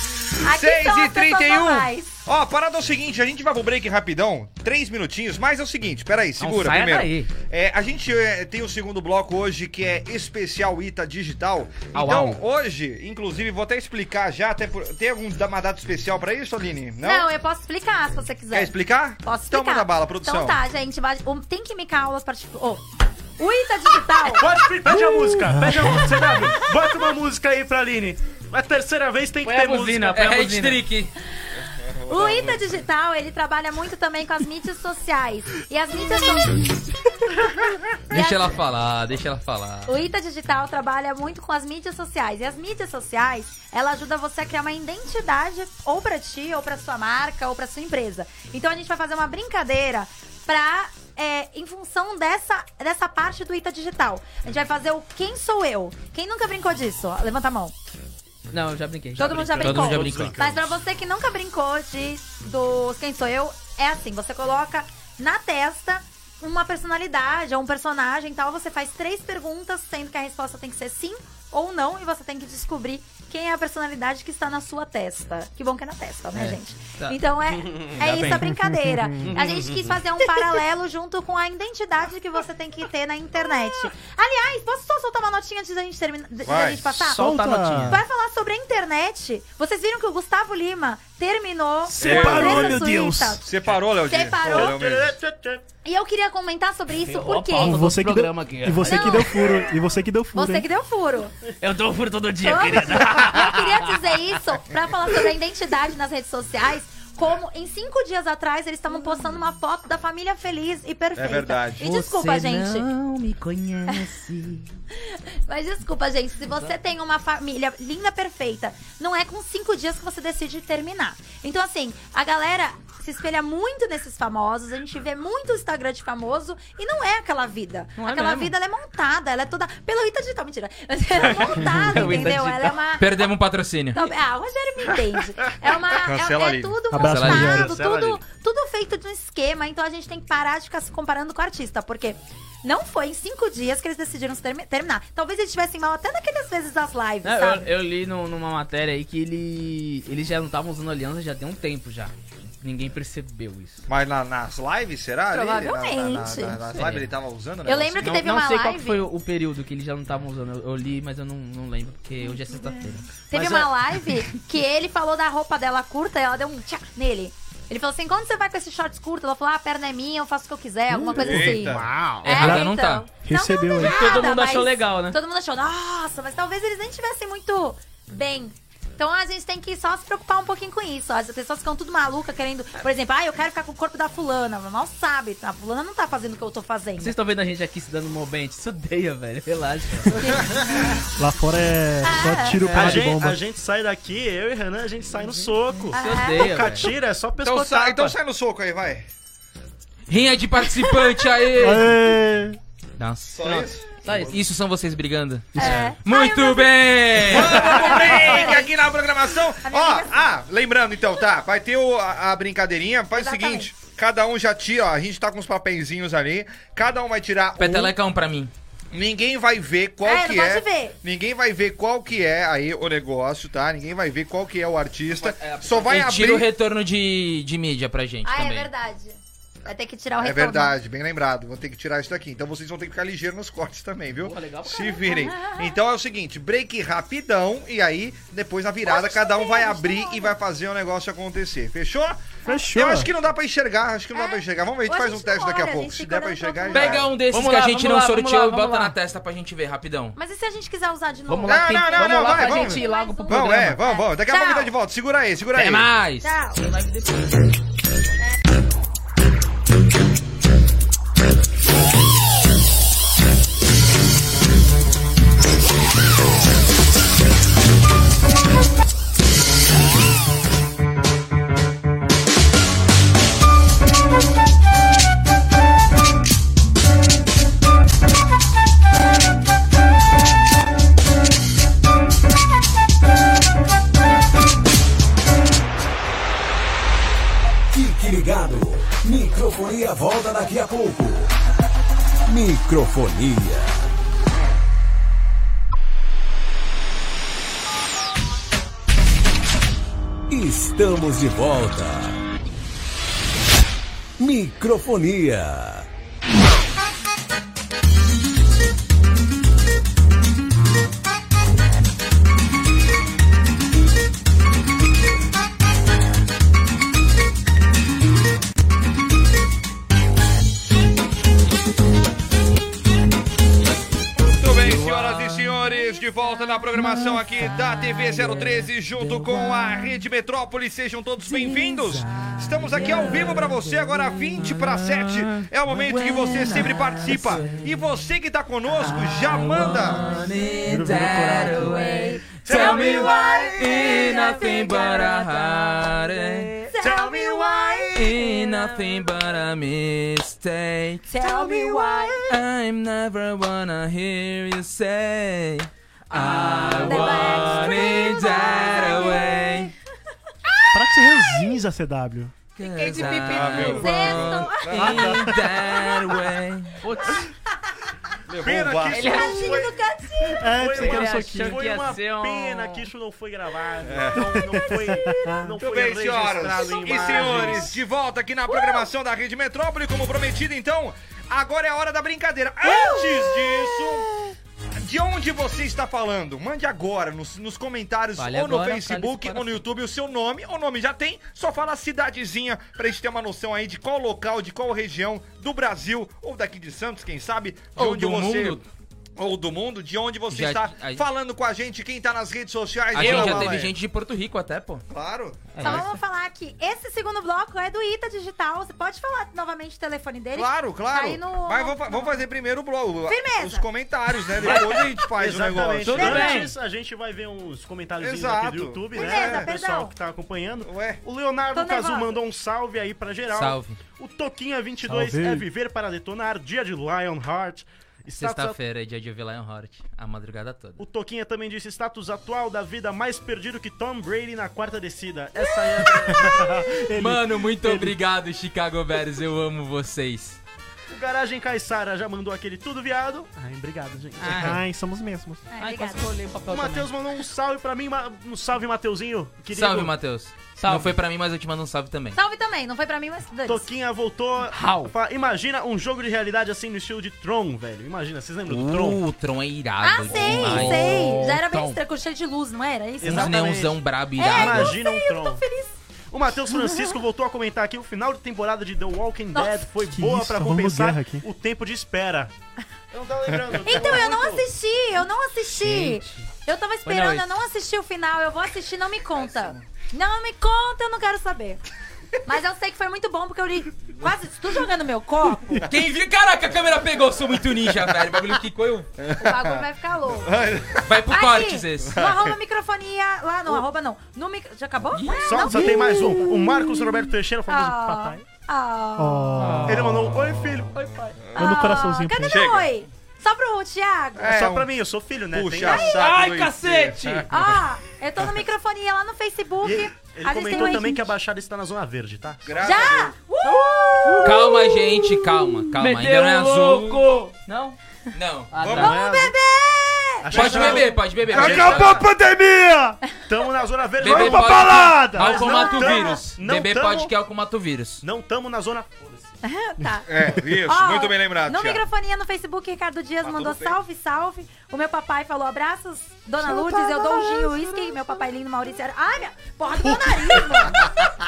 Speaker 6: Aqui são as pessoas
Speaker 4: 6h31.
Speaker 6: normais.
Speaker 4: Ó, a parada é o seguinte, a gente vai pro break rapidão, três minutinhos, mas é o seguinte, peraí, segura
Speaker 3: saia
Speaker 4: primeiro.
Speaker 3: daí.
Speaker 4: É, a gente é, tem o segundo bloco hoje que é especial Ita Digital.
Speaker 3: Au,
Speaker 4: então, hoje, inclusive, vou até explicar já, até por- tem algum da uma data especial pra isso, Aline?
Speaker 6: Não? eu posso explicar se você quiser.
Speaker 4: Quer explicar?
Speaker 6: Posso
Speaker 4: Então
Speaker 6: explicar.
Speaker 4: manda bala, produção.
Speaker 6: Então tá, gente. vai- o- Tem química aulas particulares. Oh. O Ita Digital.
Speaker 8: Pode, pe- pede
Speaker 7: Uh!
Speaker 8: a música, pede
Speaker 7: Ah.
Speaker 8: a música, CW. Bota uma música aí pra Aline. É A terceira vez tem que
Speaker 3: Põe
Speaker 8: ter
Speaker 3: a buzina,
Speaker 8: música.
Speaker 3: põe a
Speaker 5: É
Speaker 3: buzina.
Speaker 5: trick.
Speaker 6: O Ita Digital, ele trabalha muito também com as mídias sociais. E as mídias sociais.
Speaker 5: Deixa ela falar, deixa ela falar.
Speaker 6: O Ita Digital trabalha muito com as mídias sociais. E as mídias sociais, ela ajuda você a criar uma identidade ou pra ti, ou pra sua marca, ou pra sua empresa. Então a gente vai fazer uma brincadeira pra. é, em função dessa, dessa parte do Ita Digital. A gente vai fazer o Quem Sou Eu? Quem nunca brincou disso? Ó, Levanta a mão.
Speaker 3: Não, eu já brinquei.
Speaker 6: Todo mundo já brincou.
Speaker 5: Todo mundo já brincou.
Speaker 6: Mas pra você que nunca brincou de do Quem Sou Eu, é assim, você coloca na testa uma personalidade ou um personagem e tal, você faz três perguntas, sendo que a resposta tem que ser sim ou não, e você tem que descobrir quem é a personalidade que está na sua testa. Que bom que é na testa, né, gente?
Speaker 5: Tá.
Speaker 6: Então é, é isso a brincadeira. A gente quis fazer um paralelo junto com a identidade que você tem que ter na internet. Aliás, posso só soltar uma notinha antes da gente terminar, da
Speaker 4: Vai.
Speaker 6: gente passar?
Speaker 3: Solta a
Speaker 8: Ah.
Speaker 3: notinha.
Speaker 6: Vai falar sobre a internet. Vocês viram que o Gustavo Lima terminou
Speaker 7: Separou,
Speaker 6: com a Andressa
Speaker 7: meu
Speaker 6: Suíta.
Speaker 7: Deus.
Speaker 4: Separou, Léo Dias?
Speaker 6: Separou.
Speaker 4: Léo mesmo.
Speaker 6: E eu queria comentar sobre isso porque
Speaker 7: E você, que deu,
Speaker 3: programa aqui, ó.
Speaker 7: e você que
Speaker 6: Não.
Speaker 7: deu furo. E você que deu furo.
Speaker 6: você
Speaker 7: hein?
Speaker 6: que deu furo.
Speaker 3: Eu dou furo todo dia,
Speaker 6: Todos.
Speaker 3: querida.
Speaker 6: Eu queria dizer isso pra falar sobre a identidade nas redes sociais. Como em cinco dias atrás eles estavam postando uma foto da família feliz e perfeita.
Speaker 4: verdade.
Speaker 6: E desculpa, gente.
Speaker 3: não me conhece.
Speaker 6: Mas desculpa, gente, se você tem uma família linda, perfeita, não é com cinco dias que você decide terminar. Então, assim, a galera se espelha muito nesses famosos, a gente vê muito Instagram de famoso e não é aquela vida.
Speaker 3: Não é
Speaker 6: aquela
Speaker 3: mesmo.
Speaker 6: vida, ela é montada, ela é toda... Pelo Ita Digital, mentira. Mas Ela é montada,
Speaker 3: O Ita
Speaker 6: entendeu? Ela é
Speaker 3: Digital.
Speaker 6: uma...
Speaker 5: Perdemos um patrocínio.
Speaker 6: Não, Ah, o Rogério me entende. É uma.
Speaker 4: Cancela
Speaker 6: é,
Speaker 4: ali.
Speaker 6: é tudo
Speaker 7: Abraço, Rogério.
Speaker 6: montado,
Speaker 8: Cancela
Speaker 6: tudo,
Speaker 8: ali.
Speaker 6: tudo feito de um esquema, então a gente tem que parar de ficar se comparando com o artista, porque não foi em cinco dias que eles decidiram se termi- terminar. Talvez eles tivessem mal até naquelas vezes das lives,
Speaker 3: Não, eu,
Speaker 6: sabe?
Speaker 3: eu li no- numa matéria aí que ele, eles já não estavam usando aliança já tem um tempo já. Ninguém percebeu isso.
Speaker 4: Mas na- nas lives, será? Ali?
Speaker 6: Provavelmente.
Speaker 4: Na, na, na, nas lives ele tava usando, né?
Speaker 6: Eu lembro que
Speaker 3: não
Speaker 6: teve
Speaker 3: não
Speaker 6: uma
Speaker 3: sei qual
Speaker 6: live.
Speaker 3: que foi o, o período que eles já não estavam usando. Eu, eu li, mas eu não, não lembro, porque hoje é sexta-feira. Mas,
Speaker 6: Teve uma
Speaker 3: é,
Speaker 6: live que ele falou da roupa dela curta e ela deu um tchá nele. Ele falou assim: quando você vai com esses shorts curtos? Ela falou: ah, a perna é minha, eu faço o que eu quiser, alguma coisa assim.
Speaker 4: Eita.
Speaker 6: É,
Speaker 5: Errada não tá.
Speaker 7: Recebeu,
Speaker 6: não, não,
Speaker 7: hein?
Speaker 3: Todo
Speaker 6: nada,
Speaker 3: mundo achou
Speaker 6: mas
Speaker 3: legal, né?
Speaker 6: Todo mundo achou, nossa, mas talvez eles nem tivessem muito bem. Então a gente tem que só se preocupar um pouquinho com isso. ó. As pessoas ficam tudo maluca querendo, por exemplo, ah, eu quero ficar com o corpo da fulana. Mas Mal sabe, a fulana não tá fazendo o que eu tô fazendo.
Speaker 3: Vocês estão vendo a gente aqui se dando um momento? Isso odeia, velho. Relaxa.
Speaker 7: Lá fora é
Speaker 6: Ah.
Speaker 7: só tiro
Speaker 8: A
Speaker 7: pra de
Speaker 8: gente,
Speaker 7: bomba.
Speaker 8: a gente sai daqui, eu e Renan, a gente sai no soco.
Speaker 3: Isso
Speaker 6: Uhum. Ah.
Speaker 3: odeia,
Speaker 8: Tocar
Speaker 3: velho.
Speaker 8: tira é só
Speaker 4: Então
Speaker 8: pescoçar.
Speaker 4: sai, então sai no soco aí, vai.
Speaker 5: Rinha é de participante, aê!
Speaker 7: Aê!
Speaker 5: Nossa.
Speaker 4: Só isso?
Speaker 3: Só Tá, isso.
Speaker 5: Isso são vocês brigando?
Speaker 6: É.
Speaker 5: Muito bem!
Speaker 4: Vamos pro break aqui na programação.
Speaker 6: A minha
Speaker 4: Ó,
Speaker 6: amiga-
Speaker 4: ah, lembrando então, tá? Vai ter o- a, a brincadeirinha. Faz o
Speaker 6: Exatamente.
Speaker 4: seguinte: cada um já tira, ó. A gente tá com os papeizinhos ali. Cada um vai tirar um.
Speaker 5: Petelecão pra mim.
Speaker 4: Ninguém vai ver qual
Speaker 6: É, não
Speaker 4: que
Speaker 6: pode
Speaker 4: é.
Speaker 6: ver.
Speaker 4: Ninguém vai ver qual que é aí o negócio, tá? Ninguém vai ver qual que é o artista. Só vai
Speaker 5: E tira o
Speaker 4: abrir.
Speaker 5: retorno de, de mídia pra gente
Speaker 6: ah,
Speaker 5: também.
Speaker 6: é verdade. Vai ter que tirar o
Speaker 4: É
Speaker 6: retorno.
Speaker 4: verdade, bem lembrado. Vou ter que tirar isso daqui. Então vocês vão ter que ficar ligeiro nos cortes também, viu?
Speaker 3: Porra, legal pra
Speaker 4: Se virem. Então é o seguinte, break rapidão e aí depois na virada cada um vai abrir e vai fazer o negócio acontecer. Fechou?
Speaker 7: Fechou.
Speaker 4: Eu acho que não dá pra enxergar, acho que não dá
Speaker 6: É.
Speaker 4: pra enxergar. Vamos ver, a gente
Speaker 6: Ou a
Speaker 4: faz um
Speaker 6: gente
Speaker 4: teste
Speaker 6: não
Speaker 4: daqui a
Speaker 6: olha, a
Speaker 4: pouco.
Speaker 6: gente
Speaker 4: Se
Speaker 6: fica
Speaker 4: der pra
Speaker 6: olhando pra
Speaker 4: enxergar,
Speaker 6: trás.
Speaker 4: já
Speaker 5: Pega
Speaker 4: era.
Speaker 5: um desses
Speaker 3: Vamos
Speaker 5: que
Speaker 3: lá,
Speaker 5: a gente não
Speaker 3: vamos lá, vamos lá,
Speaker 5: sorteou e
Speaker 3: vamos
Speaker 5: bota
Speaker 3: lá.
Speaker 5: na testa pra gente ver, rapidão.
Speaker 6: Mas e se a gente quiser usar de novo?
Speaker 3: Vamos lá,
Speaker 4: Não,
Speaker 3: tem,
Speaker 4: não,
Speaker 3: vamos
Speaker 4: não,
Speaker 3: lá
Speaker 4: vai,
Speaker 3: pra
Speaker 4: vamos.
Speaker 3: gente ir logo pro
Speaker 6: Vamos,
Speaker 4: Vamos,
Speaker 3: programa.
Speaker 4: é, vamos, vamos. Daqui a pouco
Speaker 6: Tchau.
Speaker 4: tá de volta. Segura aí, segura aí.
Speaker 3: É.
Speaker 5: Até É mais!
Speaker 6: Tchau.
Speaker 9: Fique ligado. Microfonia volta daqui a pouco. Microfonia. Estamos de volta. Microfonia.
Speaker 4: Muito bem, senhoras e senhores, de volta na programação aqui da TV 013, junto com a Rede Metrópole. Sejam todos bem-vindos. Estamos aqui ao vivo pra você, agora 20 para 7. É o momento que você sempre participa. E você que tá conosco, já manda.
Speaker 5: Tell me why ain't nothing but a
Speaker 6: tá.
Speaker 3: tá. é.
Speaker 5: heartache.
Speaker 6: Tell me why.
Speaker 5: Ain't nothing but a mistake.
Speaker 6: Tell me why.
Speaker 5: I'm never wanna hear you say I
Speaker 6: Never Ah,
Speaker 5: want it
Speaker 6: extreme
Speaker 5: that
Speaker 6: that
Speaker 5: way.
Speaker 7: Para que você resinza, CW.
Speaker 5: Cause
Speaker 4: pipi.
Speaker 5: I want it that way.
Speaker 4: Pena que isso não
Speaker 6: Tadinho do gatinho.
Speaker 7: É,
Speaker 8: Foi
Speaker 7: você
Speaker 8: uma,
Speaker 7: quer isso
Speaker 3: achou
Speaker 7: aqui.
Speaker 3: que
Speaker 8: foi
Speaker 3: ia
Speaker 8: uma
Speaker 3: ser um-
Speaker 8: pena que isso não foi gravado. Não, não foi, não
Speaker 4: Muito
Speaker 8: foi
Speaker 4: É. bem, senhoras
Speaker 8: registrado em
Speaker 4: e
Speaker 8: imagens.
Speaker 4: senhores, de volta
Speaker 5: Uh!
Speaker 4: aqui na programação da Rede Metrópole, como prometido, então, agora é a hora da brincadeira.
Speaker 5: Uh!
Speaker 4: Antes disso, de onde você está falando? Mande agora nos, nos comentários,
Speaker 3: Fale
Speaker 4: ou no
Speaker 3: agora,
Speaker 4: Facebook,
Speaker 3: fale
Speaker 4: ou no YouTube, o seu nome. O nome já tem, só fala a cidadezinha pra gente ter uma noção aí de qual local, de qual região do Brasil, ou daqui de Santos, quem sabe, de
Speaker 5: Ou
Speaker 4: onde
Speaker 5: do
Speaker 4: você.
Speaker 5: mundo.
Speaker 4: Ou do mundo, de onde você
Speaker 5: Já-
Speaker 4: está
Speaker 5: a-
Speaker 4: falando com a gente, quem tá nas redes sociais.
Speaker 5: A
Speaker 4: fala,
Speaker 5: gente já teve
Speaker 4: Laé.
Speaker 5: gente de Porto Rico até, pô.
Speaker 6: Tá,
Speaker 4: Claro.
Speaker 6: Só vamos falar que esse segundo bloco é do Ita Digital. Você pode falar novamente o telefone dele?
Speaker 4: Claro, claro.
Speaker 6: tá Aí no-
Speaker 4: Mas vamos, fa- vamos fazer primeiro o bloco,
Speaker 6: Firmeza.
Speaker 4: os comentários, né? Depois a gente faz o
Speaker 8: Exatamente.
Speaker 4: negócio.
Speaker 3: Tudo bem.
Speaker 8: Antes, a gente vai ver uns comentários
Speaker 4: Exato. é,
Speaker 8: aqui do YouTube,
Speaker 6: Beleza,
Speaker 8: né? O pessoal
Speaker 6: perdão.
Speaker 8: que tá acompanhando.
Speaker 4: Ué.
Speaker 8: O Leonardo
Speaker 6: Tô
Speaker 8: Cazu
Speaker 6: nervosa.
Speaker 8: mandou um salve aí pra geral.
Speaker 5: Salve.
Speaker 8: O Toquinha22
Speaker 7: Salve.
Speaker 8: é viver para detonar, dia de Lionheart. Status atu-
Speaker 5: Sexta-feira é dia de ouvir Lionheart, a madrugada toda.
Speaker 8: O Toquinha também disse status atual da vida mais perdido que Tom Brady na quarta descida. Essa é a...
Speaker 5: Mano, muito obrigado, Chicago Bears, eu amo vocês.
Speaker 8: O Garagem Caissara já mandou aquele tudo viado. Ai, obrigado, gente.
Speaker 5: Ah.
Speaker 7: Ai, somos os mesmos.
Speaker 6: É,
Speaker 3: Ai, quase
Speaker 6: obrigada.
Speaker 3: que eu olhei o
Speaker 8: O
Speaker 3: papel também.
Speaker 8: Matheus mandou um salve pra mim, ma- um salve, Mateuzinho. Querido.
Speaker 5: Salve, Matheus.
Speaker 3: Salve.
Speaker 5: Não foi pra mim, mas eu te mando um salve também.
Speaker 6: Salve também. Não foi pra mim, mas dane-se.
Speaker 8: Toquinha voltou.
Speaker 3: How?
Speaker 8: Fala, Imagina um jogo de realidade assim no estilo de Tron, velho. Imagina, vocês lembram do Tron?
Speaker 5: Uh, o Tron é irado
Speaker 6: Ah, sei,
Speaker 5: demais.
Speaker 6: sei. Já era bem
Speaker 3: então.
Speaker 5: Tom.
Speaker 6: estranho, com cheio de luz, não era? É Isso?
Speaker 5: Uns
Speaker 8: Exatamente.
Speaker 5: neonzão brabo
Speaker 6: É,
Speaker 5: irado.
Speaker 8: Imagina um Tron.
Speaker 6: Feliz.
Speaker 8: O Matheus Francisco voltou a comentar aqui: o final de temporada de The Walking
Speaker 6: Nossa.
Speaker 8: Dead foi
Speaker 7: Que
Speaker 8: boa
Speaker 7: isso,
Speaker 8: pra
Speaker 7: tá rolando
Speaker 8: compensar
Speaker 7: guerra aqui.
Speaker 8: o tempo de espera. Eu não tava lembrando.
Speaker 6: Então, eu não assisti, eu não assisti. Eu tava
Speaker 3: Olha
Speaker 6: esperando,
Speaker 3: isso.
Speaker 6: eu não assisti o final, eu vou assistir, não me conta. Não me conta, eu não quero saber. Mas eu sei que foi muito bom, porque eu li quase... Estou jogando meu copo,
Speaker 5: Quem viu? Caraca, a câmera pegou, eu sou muito ninja, velho. O bagulho quicou eu.
Speaker 6: o bagulho vai ficar louco.
Speaker 5: Vai pro
Speaker 6: Aqui,
Speaker 5: cortes esse.
Speaker 6: No arroba microfonia... Lá, não, arroba não. No mic... Já acabou?
Speaker 8: Oh. Só,
Speaker 6: não?
Speaker 8: só tem mais um. O Marcos Roberto Teixeira, famoso
Speaker 6: Ah,
Speaker 8: papai.
Speaker 6: ah,
Speaker 7: Ó.
Speaker 8: Ele mandou um oi, filho. Oi, pai.
Speaker 7: Manda um coraçãozinho pra
Speaker 6: Cadê
Speaker 7: ele.
Speaker 6: meu
Speaker 4: Chega.
Speaker 6: oi? Só pro Thiago.
Speaker 4: É,
Speaker 8: Só
Speaker 4: um
Speaker 8: pra mim, eu sou filho, né?
Speaker 4: Puxa,
Speaker 8: Tem-
Speaker 4: saco do
Speaker 3: Ai,
Speaker 4: Itê.
Speaker 3: cacete!
Speaker 6: Ó, eu tô no microfonia lá no Facebook.
Speaker 8: E ele
Speaker 6: A gente
Speaker 8: ele
Speaker 6: tem
Speaker 8: comentou
Speaker 6: um
Speaker 8: também
Speaker 6: link.
Speaker 8: que a Baixada está na Zona Verde, tá?
Speaker 4: Graças a
Speaker 6: Já!
Speaker 4: Deus.
Speaker 6: Uh!
Speaker 5: Calma, gente, calma, calma. Ainda não é azul.
Speaker 3: louco! Não?
Speaker 5: Não.
Speaker 3: Ah,
Speaker 4: Vamos-
Speaker 3: tá.
Speaker 6: Vamos beber!
Speaker 8: A gente
Speaker 5: Pode
Speaker 8: tá-
Speaker 5: beber, pode beber. pode beber.
Speaker 7: Acabou a pandemia!
Speaker 8: Tamo na Zona Verde. Vamos
Speaker 5: Beber
Speaker 8: pra
Speaker 5: pode
Speaker 8: balada!
Speaker 5: que
Speaker 8: Mas não
Speaker 5: alcomata o
Speaker 8: tamo-
Speaker 5: vírus.
Speaker 8: não
Speaker 5: Beber
Speaker 8: tamo-
Speaker 5: pode que alcomata o vírus.
Speaker 8: Não tamo na Zona...
Speaker 6: tá.
Speaker 4: É, isso,
Speaker 6: Ó,
Speaker 4: muito bem lembrado.
Speaker 6: No
Speaker 4: Thiago.
Speaker 6: microfonia no Facebook, Ricardo Dias
Speaker 4: Tá
Speaker 6: mandou
Speaker 4: tudo bem.
Speaker 6: salve, salve. O meu papai falou abraços, Dona Lourdes, eu dou um gin e uísque. Meu papai lindo, Maurício. Era... Ai, minha... porra do meu nariz, mano.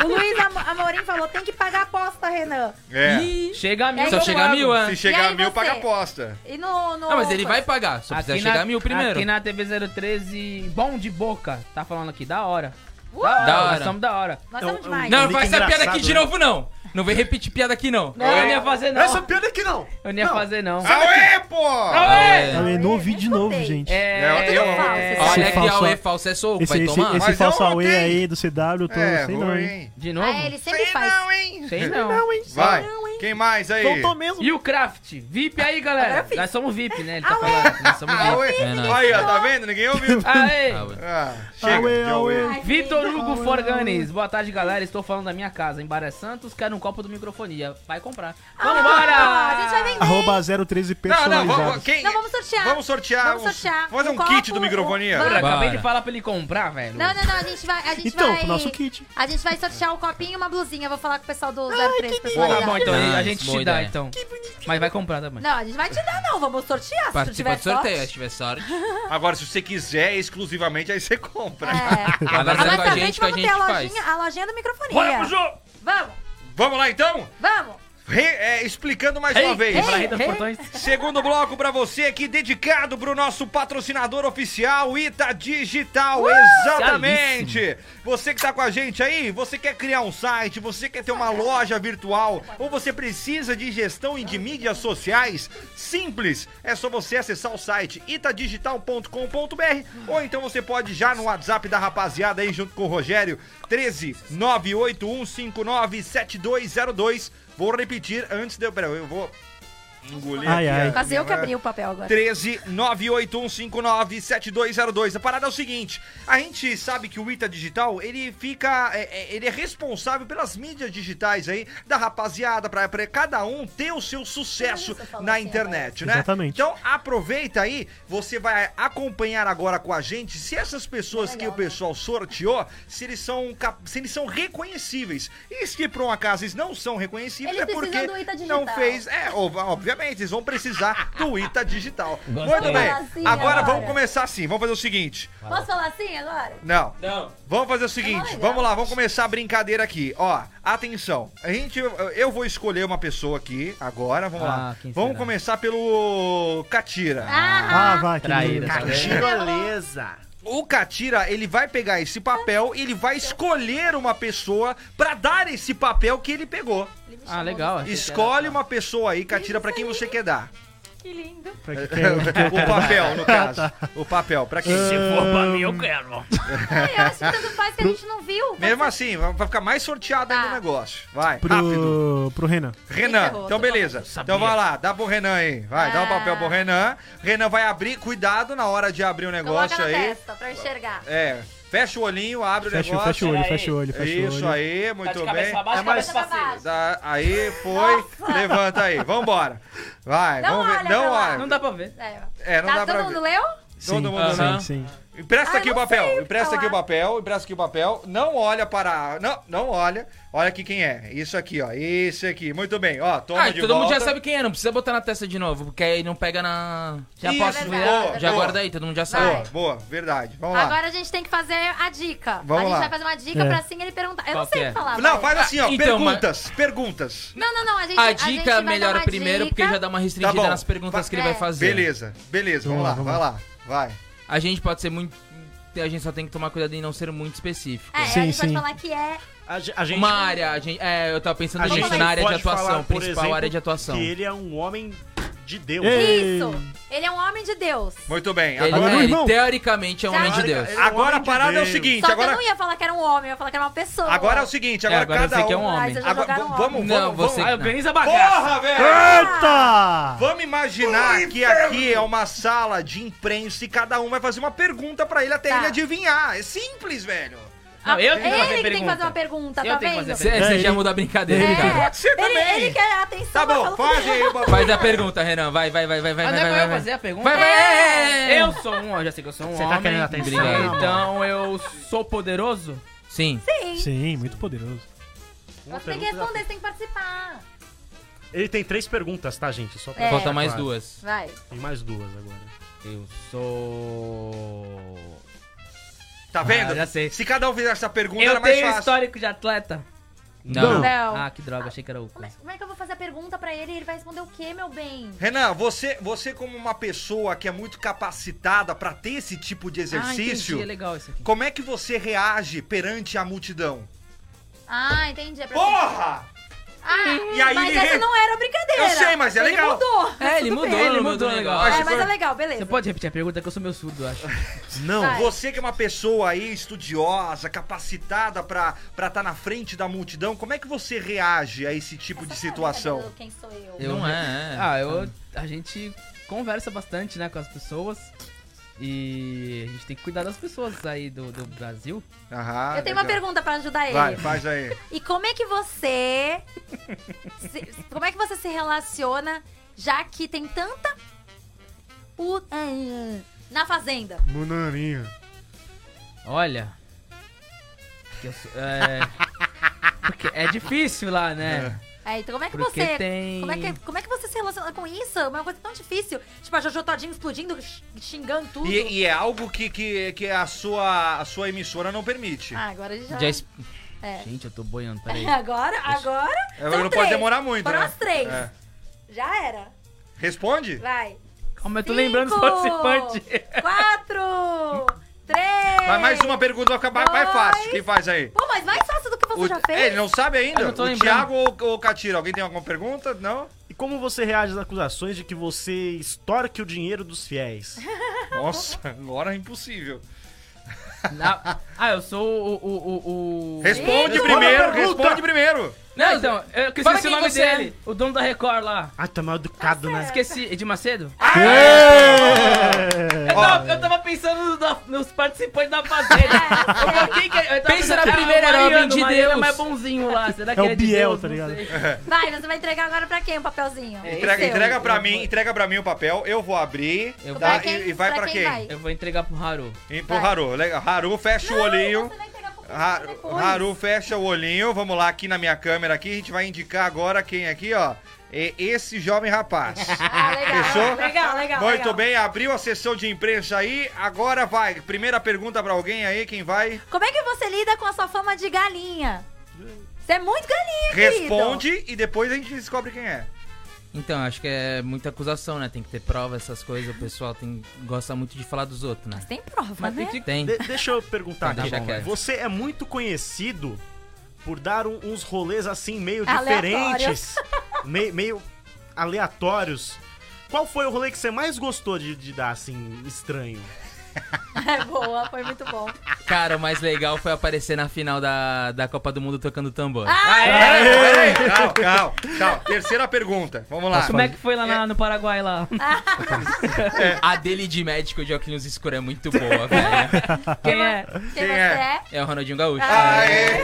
Speaker 6: o Luiz Am- Amorim falou, tem que pagar a aposta, Renan.
Speaker 4: É.
Speaker 3: Chega a mil,
Speaker 6: É
Speaker 5: Só
Speaker 6: eu
Speaker 5: chegar a
Speaker 6: pago.
Speaker 5: mil,
Speaker 4: Se
Speaker 5: é.
Speaker 4: chegar
Speaker 6: aí
Speaker 4: a mil,
Speaker 6: você?
Speaker 4: paga a aposta.
Speaker 6: E no... no
Speaker 5: Não, mas ele vai pagar, só precisa
Speaker 3: Aqui
Speaker 5: chegar
Speaker 3: na-
Speaker 5: a mil primeiro.
Speaker 3: Aqui na TV 013, bom de boca. Tá falando aqui, da hora.
Speaker 6: Uh,
Speaker 5: Da hora.
Speaker 3: Nós somos da hora.
Speaker 6: Nós somos demais.
Speaker 5: Não, não
Speaker 8: Link
Speaker 5: faz essa piada aqui
Speaker 8: engraçado,
Speaker 5: de
Speaker 8: né?
Speaker 5: novo, não. Não vem repetir piada aqui, não.
Speaker 6: é?
Speaker 3: Eu não ia fazer, não.
Speaker 8: Essa piada aqui não.
Speaker 3: Eu não ia fazer, não.
Speaker 4: Aê, pô!
Speaker 5: É.
Speaker 7: Eu não ouvi
Speaker 6: eu
Speaker 7: de novo,
Speaker 6: escutei.
Speaker 7: gente.
Speaker 4: É, eu- eu-
Speaker 5: Olha
Speaker 7: Esse
Speaker 5: que
Speaker 7: falso-
Speaker 5: Aue falso é soco,
Speaker 7: Esse,
Speaker 5: vai
Speaker 7: esse,
Speaker 5: tomar.
Speaker 7: esse
Speaker 4: Mas
Speaker 7: falso
Speaker 4: eu não
Speaker 7: Aue
Speaker 4: tenho.
Speaker 7: aí do CW, eu tô
Speaker 4: É,
Speaker 7: sei
Speaker 4: vou,
Speaker 7: não, hein?
Speaker 4: hein?
Speaker 3: De novo?
Speaker 6: Ah, ele sempre
Speaker 4: Sei
Speaker 6: faz.
Speaker 4: não, hein?
Speaker 3: Sei não.
Speaker 7: hein?
Speaker 4: Vai. Quem mais aí?
Speaker 7: Voltou mesmo.
Speaker 3: E o Craft? VIP aí, galera. Nós somos VIP, né? Ele tá
Speaker 6: Aue.
Speaker 3: falando. Nós somos
Speaker 4: Ah,
Speaker 3: VIP.
Speaker 4: oi.
Speaker 5: É, não.
Speaker 4: Aí, ó, tá vendo? Ninguém ouviu.
Speaker 3: Aê!
Speaker 5: Ah, ué.
Speaker 4: Ah, chega.
Speaker 7: Aue,
Speaker 4: de
Speaker 7: aue.
Speaker 4: aue.
Speaker 3: Vitor Hugo Forganes, boa tarde galera, estou falando da minha casa em Baré Santos, quero um copo do microfonia, vai comprar. Vamos
Speaker 6: Ah, a gente vai
Speaker 3: embora!
Speaker 6: vender.
Speaker 7: Arroba 013
Speaker 4: Não, não,
Speaker 7: personalizado.
Speaker 4: vamos, quem...
Speaker 6: Não, vamos sortear.
Speaker 4: Vamos sortear.
Speaker 6: Vamos
Speaker 4: uns-
Speaker 6: sortear.
Speaker 4: Fazer um,
Speaker 6: Um
Speaker 4: kit
Speaker 6: copo,
Speaker 4: do microfonia.
Speaker 6: um-
Speaker 3: Porra, acabei
Speaker 5: Bora.
Speaker 3: de falar pra ele comprar, velho.
Speaker 6: Não, não, não, a gente vai... A gente
Speaker 7: Então,
Speaker 6: vai...
Speaker 7: pro nosso kit.
Speaker 6: A gente vai sortear um copinho e uma blusinha. Vou falar com o pessoal do 03
Speaker 3: Tá
Speaker 6: personalidade.
Speaker 3: bom, então
Speaker 5: Nice,
Speaker 3: a gente
Speaker 5: boa
Speaker 3: te dá,
Speaker 5: ideia.
Speaker 3: então. Mas vai comprar também.
Speaker 6: Não, a gente vai te dar, não. Vamos sortear. Se tu tiver
Speaker 5: Participa do sorteio, se
Speaker 6: sorte.
Speaker 5: tiver sorte.
Speaker 4: Agora, se você quiser exclusivamente, aí você compra.
Speaker 6: É.
Speaker 5: Vai lá
Speaker 6: Mas
Speaker 5: com a
Speaker 6: também
Speaker 5: gente que a
Speaker 6: vamos ter
Speaker 5: gente
Speaker 6: a
Speaker 5: faz.
Speaker 6: lojinha, a lojinha do microfonia.
Speaker 8: Bora pro jogo!
Speaker 6: Vamos,
Speaker 4: Vamos lá, então?
Speaker 6: vamos.
Speaker 4: Re- é, explicando mais uma vez.
Speaker 3: Pra rei dos portões.
Speaker 4: Segundo bloco pra você aqui, dedicado pro nosso patrocinador oficial, Ita Digital. Exatamente! Você que tá com a gente aí, você quer criar um site, você quer ter uma loja virtual, ou você precisa de gestão e de mídias sociais, simples, é só você acessar o site itadigital.com.br ou então você pode já no WhatsApp da rapaziada aí junto com o Rogério, 13 981597202. Vou repetir antes de eu. Pera, eu vou engolir
Speaker 7: Ai,
Speaker 4: aqui
Speaker 7: ai.
Speaker 4: a
Speaker 6: Fazer eu que
Speaker 4: minha-
Speaker 6: abri o papel agora.
Speaker 4: 13 981597202. A parada é o seguinte, a gente sabe que o Ita Digital, ele fica, é, é, ele é responsável pelas mídias digitais aí da rapaziada pra pra cada um ter o seu sucesso
Speaker 6: Isso, falou
Speaker 4: na
Speaker 6: assim
Speaker 4: internet, né?
Speaker 7: Exatamente.
Speaker 4: Então aproveita aí, você vai acompanhar agora com a gente se essas
Speaker 6: É
Speaker 4: pessoas que o
Speaker 6: né?
Speaker 4: pessoal sorteou, se eles são cap- se eles são reconhecíveis. E se por um acaso eles não são reconhecíveis,
Speaker 6: Eles
Speaker 4: é porque
Speaker 6: precisam do Ita
Speaker 4: não
Speaker 6: Digital.
Speaker 4: fez é, ob- obviamente, eles vão precisar do Ita Digital.
Speaker 5: Gostei.
Speaker 4: Muito bem.
Speaker 6: Vamos assim
Speaker 4: agora
Speaker 6: agora.
Speaker 4: vamos começar assim. Vamos fazer o seguinte.
Speaker 6: Posso falar assim agora?
Speaker 4: Não.
Speaker 5: Não.
Speaker 4: Vamos fazer o seguinte,
Speaker 6: legal.
Speaker 4: vamos lá, vamos começar a brincadeira aqui. Ó, atenção. A gente eu, eu vou escolher uma pessoa aqui agora, vamos lá.
Speaker 3: Ah, quem
Speaker 4: Vamos
Speaker 3: será?
Speaker 4: começar pelo Catira.
Speaker 7: Ah, vai, que
Speaker 3: Traíra.
Speaker 7: lindo.
Speaker 8: Tirolesa.
Speaker 4: O Catira, ele vai pegar esse papel e ele vai escolher uma pessoa pra dar esse papel que ele pegou.
Speaker 3: Ah, legal. achei que era-
Speaker 4: Escolhe uma pessoa aí, Catira, pra quem você quer dar.
Speaker 6: Que lindo.
Speaker 7: Pra que quer-
Speaker 4: O papel, no caso. O papel, pra
Speaker 7: Ah.
Speaker 4: quem
Speaker 8: Se for pra mim, eu quero.
Speaker 6: Ai, eu acho que tanto faz que a gente não viu.
Speaker 4: Mesmo assim, vai ficar mais sorteado ainda
Speaker 6: Tá.
Speaker 4: o negócio. Vai, rápido.
Speaker 7: Pro, pro Renan.
Speaker 4: Renan,
Speaker 6: ferrou,
Speaker 4: então
Speaker 6: tô
Speaker 4: beleza. Então vai lá, dá pro Renan aí. Vai,
Speaker 6: Ah.
Speaker 4: dá o papel pro Renan. Renan vai abrir, cuidado na hora de abrir o
Speaker 6: Coloca
Speaker 4: negócio
Speaker 6: na
Speaker 4: aí.
Speaker 6: testa pra eu enxergar.
Speaker 4: É, fecha o olhinho, abre
Speaker 7: Fecha,
Speaker 4: o
Speaker 7: o-
Speaker 4: negócio.
Speaker 7: fecha o olho, fecha o olho, fecha o olho.
Speaker 4: Isso aí, muito
Speaker 3: Tá
Speaker 4: bem.
Speaker 3: de cabeça pra baixo,
Speaker 8: É mais
Speaker 3: cabeça pra cima.
Speaker 4: Dá- aí foi, levanta aí, vambora. Vai,
Speaker 6: Não
Speaker 4: vamos ver.
Speaker 6: olha
Speaker 4: Não
Speaker 6: pra lá.
Speaker 4: olha.
Speaker 3: Não dá pra ver.
Speaker 6: É.
Speaker 4: É, não
Speaker 6: tá,
Speaker 4: dá
Speaker 6: todo
Speaker 4: pra
Speaker 6: mundo
Speaker 4: ver.
Speaker 6: leu?
Speaker 4: Todo
Speaker 7: sim,
Speaker 4: mundo
Speaker 7: sim,
Speaker 8: né?
Speaker 4: não.
Speaker 7: sim.
Speaker 4: Empresta
Speaker 6: Ah,
Speaker 4: aqui o
Speaker 6: não sei o
Speaker 4: papel,
Speaker 6: que
Speaker 4: empresta aqui o
Speaker 6: falar.
Speaker 4: papel, empresta aqui o papel. Não olha para. Não, não olha. Olha aqui quem é. Isso aqui, ó. Isso aqui. Muito bem, ó. Toma
Speaker 5: Ah,
Speaker 4: de
Speaker 5: todo
Speaker 4: volta.
Speaker 5: mundo já sabe quem é, não precisa botar na testa de novo, porque aí não pega na.
Speaker 3: Já
Speaker 4: Isso,
Speaker 3: posso
Speaker 6: virar.
Speaker 4: Boa,
Speaker 5: Já
Speaker 4: boa,
Speaker 5: guarda aí, todo mundo já sabe.
Speaker 4: Boa, boa, verdade. Vamos lá.
Speaker 6: Agora a gente tem que fazer a dica.
Speaker 4: Vamos
Speaker 6: a gente
Speaker 4: lá.
Speaker 6: vai fazer uma dica
Speaker 7: É.
Speaker 6: pra assim ele perguntar. Eu
Speaker 5: Qual
Speaker 6: não sei
Speaker 5: que
Speaker 6: o
Speaker 5: é?
Speaker 6: que falar.
Speaker 4: Não,
Speaker 6: vai.
Speaker 4: faz assim, ó.
Speaker 5: Então, mas-
Speaker 4: perguntas, perguntas.
Speaker 6: Não, não, não. A, gente,
Speaker 5: A
Speaker 6: gente
Speaker 5: dica
Speaker 6: vai dar
Speaker 5: melhor
Speaker 6: uma
Speaker 5: primeiro, porque
Speaker 6: dica.
Speaker 5: já dá uma restringida
Speaker 4: Tá bom.
Speaker 5: nas perguntas que ele
Speaker 6: É.
Speaker 5: vai fazer.
Speaker 4: Beleza, beleza. Vamos
Speaker 7: Vamos
Speaker 4: lá,
Speaker 7: lá, vamos
Speaker 4: vai lá. Vai.
Speaker 5: A gente pode ser muito. A gente só tem que tomar cuidado em não ser muito específico.
Speaker 6: É, a
Speaker 7: Sim,
Speaker 6: gente pode
Speaker 7: sim.
Speaker 6: falar que é.
Speaker 8: A, ge- a gente.
Speaker 5: Uma área, a gente, é, eu tava pensando
Speaker 8: a
Speaker 5: nisso,
Speaker 8: gente
Speaker 5: na área de
Speaker 8: pode
Speaker 5: atuação,
Speaker 8: falar, por
Speaker 5: principal
Speaker 8: exemplo,
Speaker 5: área de atuação.
Speaker 8: Que ele é um homem de Deus.
Speaker 7: Ei.
Speaker 6: Isso. Ele é um homem de Deus.
Speaker 4: Muito bem.
Speaker 5: Ele,
Speaker 4: Agora,
Speaker 7: é
Speaker 5: ele
Speaker 7: irmão.
Speaker 5: teoricamente é um homem de
Speaker 6: Teórica-
Speaker 5: Deus.
Speaker 8: ele é um
Speaker 4: agora a
Speaker 8: homem de
Speaker 4: parada é o
Speaker 8: Deus.
Speaker 4: seguinte,
Speaker 6: Só que eu
Speaker 4: agora,
Speaker 6: não ia falar que era um homem, eu ia falar que era uma pessoa.
Speaker 4: agora é o seguinte, agora,
Speaker 5: é, agora
Speaker 4: cada
Speaker 5: você que é um
Speaker 4: um.
Speaker 6: Ai,
Speaker 5: homem.
Speaker 6: vocês já
Speaker 4: Agora,
Speaker 6: jogaram
Speaker 4: vamos,
Speaker 6: homem.
Speaker 4: vamos,
Speaker 5: Não,
Speaker 4: vamos.
Speaker 5: você-
Speaker 3: Ah, organiza a bagaça.
Speaker 4: Porra, velho!
Speaker 7: Eita!
Speaker 4: Vamos imaginar que aqui é uma sala de imprensa e cada um vai fazer uma pergunta pra ele até
Speaker 6: Tá.
Speaker 4: ele adivinhar. É simples, velho.
Speaker 3: Não, eu tenho que fazer
Speaker 6: Ele que Ah, tem que
Speaker 3: pergunta.
Speaker 6: fazer uma pergunta,
Speaker 3: Eu tenho
Speaker 6: tá
Speaker 3: que
Speaker 6: vendo?
Speaker 3: fazer
Speaker 5: Você você
Speaker 7: É,
Speaker 5: já
Speaker 7: ele-
Speaker 5: muda a brincadeira, cara.
Speaker 4: Pode ser
Speaker 6: Ele,
Speaker 4: também.
Speaker 6: ele quer atenção.
Speaker 4: Tá
Speaker 6: pra
Speaker 4: bom,
Speaker 6: falar
Speaker 4: faz aí, o
Speaker 5: Faz a pergunta, Renan. Vai, vai, vai, vai, vai,
Speaker 3: Ah, não é
Speaker 5: vai,
Speaker 3: pra
Speaker 5: vai,
Speaker 3: eu
Speaker 5: vai.
Speaker 3: fazer a pergunta?
Speaker 5: Vai, vai, é, é, é.
Speaker 3: Eu sou um, eu já sei que eu sou um
Speaker 8: Você tá
Speaker 3: homem.
Speaker 8: querendo atenção?
Speaker 5: Obrigado.
Speaker 3: Então eu sou poderoso?
Speaker 5: Sim.
Speaker 6: Sim.
Speaker 7: Sim, muito poderoso.
Speaker 6: Você tem que responder, você tem que participar.
Speaker 8: Ele tem três perguntas, tá, gente? Só pra...
Speaker 6: É.
Speaker 5: Falta mais
Speaker 8: Claro.
Speaker 5: duas.
Speaker 6: Vai.
Speaker 8: Tem mais duas agora.
Speaker 3: Eu sou.
Speaker 4: Tá vendo?
Speaker 3: Ah, já sei.
Speaker 4: Se cada um fizesse essa pergunta, era
Speaker 3: Eu
Speaker 4: mais
Speaker 3: tenho
Speaker 4: fácil.
Speaker 3: histórico de atleta.
Speaker 5: Não.
Speaker 6: Não.
Speaker 3: Ah, que droga, achei que era o.
Speaker 6: Mas como é que eu vou fazer a pergunta pra ele e ele vai responder o quê, meu bem?
Speaker 4: Renan, você, você como uma pessoa que é muito capacitada pra ter esse tipo de
Speaker 3: Ah, entendi, é
Speaker 4: exercício,
Speaker 3: legal isso aqui.
Speaker 4: como é que você reage perante a multidão?
Speaker 6: Ah, entendi. É pra-
Speaker 4: Porra!
Speaker 6: Ah,
Speaker 4: E aí
Speaker 6: mas
Speaker 4: ele
Speaker 6: essa
Speaker 4: re-
Speaker 6: não era brincadeira.
Speaker 4: Eu sei, mas é
Speaker 6: ele
Speaker 4: legal.
Speaker 6: mudou.
Speaker 5: É, ele mudou,
Speaker 3: ele
Speaker 5: mudou
Speaker 3: mudou
Speaker 5: o
Speaker 3: o
Speaker 5: negócio.
Speaker 4: Acho
Speaker 6: É,
Speaker 4: que
Speaker 6: mas
Speaker 4: foi-
Speaker 6: é legal, beleza.
Speaker 3: Você pode repetir a pergunta que eu sou meu surdo, eu acho.
Speaker 8: Não.
Speaker 6: Vai.
Speaker 4: Você que é uma pessoa aí estudiosa, capacitada pra estar na frente da multidão, como é que você reage a esse tipo de
Speaker 6: Essa não é
Speaker 4: situação?
Speaker 6: brincadeira do Quem sou eu?
Speaker 5: Eu- Não é, é.
Speaker 3: Ah, eu. A gente conversa bastante, né, com as pessoas. E a gente tem que cuidar das pessoas aí do, do Brasil.
Speaker 4: Aham,
Speaker 6: Eu tenho uma
Speaker 4: legal.
Speaker 6: pergunta pra ajudar ele.
Speaker 4: Vai, faz aí.
Speaker 6: E como é que você. se- como é que você se relaciona, já que tem tanta. pu- Na fazenda?
Speaker 7: Munarinha.
Speaker 3: Olha. que eu sou- é, porque é difícil lá, né?
Speaker 6: É, então como é que
Speaker 3: Porque
Speaker 6: você.
Speaker 3: tem-
Speaker 6: Como, é que, como é que você se relaciona com isso? É uma coisa tão difícil. Tipo, a Jojo Todinho explodindo, x- xingando tudo.
Speaker 4: E, e é algo que, que, que a, sua, a sua emissora não permite.
Speaker 6: Ah, agora ele já.
Speaker 5: Já es-
Speaker 6: É.
Speaker 3: Gente, eu tô boiando, peraí.
Speaker 6: Agora, agora.
Speaker 4: É,
Speaker 6: são
Speaker 4: não pode
Speaker 6: três.
Speaker 4: demorar muito,
Speaker 6: Foram
Speaker 4: né?
Speaker 6: as três.
Speaker 4: É.
Speaker 6: Já era.
Speaker 4: Responde?
Speaker 6: Vai.
Speaker 3: Calma, eu tô
Speaker 6: Cinco,
Speaker 3: lembrando os participantes.
Speaker 6: Quatro! Três!
Speaker 4: Vai mais uma pergunta, vai ficar mais, mais fácil. Quem faz aí?
Speaker 6: Pô, mas mais fácil do que você
Speaker 4: O-
Speaker 6: já fez.
Speaker 4: É, ele não sabe ainda?
Speaker 3: Eu não tô
Speaker 4: o
Speaker 3: lembrando.
Speaker 4: Thiago ou ou o Catira? Alguém tem alguma pergunta? Não?
Speaker 8: E como você reage às acusações de que você estorque o dinheiro dos fiéis?
Speaker 4: Nossa, agora é impossível.
Speaker 3: Na- Ah, eu sou o. o, o, o...
Speaker 4: Responde
Speaker 8: Isso,
Speaker 4: primeiro,
Speaker 8: manda a pergunta.
Speaker 4: responde primeiro.
Speaker 3: Não, então, eu
Speaker 5: Fala
Speaker 3: esqueci
Speaker 5: quem
Speaker 3: o nome
Speaker 5: você é.
Speaker 3: dele. O dono da Record lá.
Speaker 8: Ai, tá mal educado, né?
Speaker 3: Esqueci, Edir Macedo?
Speaker 7: É.
Speaker 3: Eu tava, eu tava pensando no- na- nos participantes da Fazenda. Eu falei, quem que é? Eu tava
Speaker 5: Pensa na
Speaker 3: pensando, ah,
Speaker 5: primeira, era o
Speaker 3: Mariano,
Speaker 5: homem de
Speaker 3: Mariano
Speaker 5: Deus.
Speaker 3: é mais bonzinho lá. Será que
Speaker 7: É o
Speaker 3: ele de
Speaker 7: Biel,
Speaker 3: Deus?
Speaker 7: tá
Speaker 3: Não
Speaker 7: ligado?
Speaker 3: sei.
Speaker 6: Vai, você vai entregar agora pra quem o papelzinho?
Speaker 4: Entrega,
Speaker 6: Seu.
Speaker 4: entrega pra mim, entrega pra mim o papel, eu vou abrir
Speaker 3: Eu
Speaker 4: tá?
Speaker 6: Pra quem-
Speaker 4: e, e vai pra, quem?
Speaker 3: Eu vou entregar pro Haru.
Speaker 4: E pro
Speaker 6: Vai.
Speaker 4: Haru. Legal. Haru, fecha o
Speaker 6: Não,
Speaker 4: olhinho.
Speaker 6: Você vai entregar pro
Speaker 4: Ra-
Speaker 6: Haru, depois.
Speaker 4: Haru, fecha o olhinho. Vamos lá aqui na minha câmera aqui. A gente vai indicar agora quem aqui, ó. É esse jovem rapaz.
Speaker 6: Ah, legal,
Speaker 4: Fechou?
Speaker 6: legal, legal.
Speaker 4: Muito
Speaker 6: legal.
Speaker 4: bem, abriu a sessão de imprensa aí. Agora vai. Primeira pergunta pra alguém aí, quem vai?
Speaker 6: Como é que você lida com a sua fama de galinha? Você é muito galinha, querido.
Speaker 4: Responde e depois a gente descobre quem é.
Speaker 5: Então, acho que é muita acusação, né? Tem que ter prova, essas coisas. O pessoal tem... gosta muito de falar dos outros,
Speaker 4: Tá
Speaker 5: né?
Speaker 6: Tem prova,
Speaker 3: Mas
Speaker 6: né?
Speaker 3: tem que...
Speaker 5: Tem.
Speaker 8: De- deixa eu perguntar
Speaker 5: Tá
Speaker 8: aqui.
Speaker 5: bom, vai.
Speaker 8: Você é muito conhecido por dar um- uns rolês assim meio
Speaker 6: Aleatórios.
Speaker 8: diferentes, me- meio aleatórios. Qual foi o rolê que você mais gostou de, de dar assim estranho?
Speaker 6: É boa, foi muito bom.
Speaker 5: Cara, o mais legal foi aparecer na final da, da Copa do Mundo tocando tambor.
Speaker 4: Ah. Peraí, peraí, calma, calma, calma. Terceira pergunta. Vamos lá.
Speaker 3: Como é que foi lá na- no Paraguai lá?
Speaker 5: A dele de médico de óculos escuro é muito boa, velho.
Speaker 3: Quem é?
Speaker 6: Quem você
Speaker 4: é?
Speaker 6: é?
Speaker 5: É o Ronaldinho Gaúcho.
Speaker 4: Ah. Aê!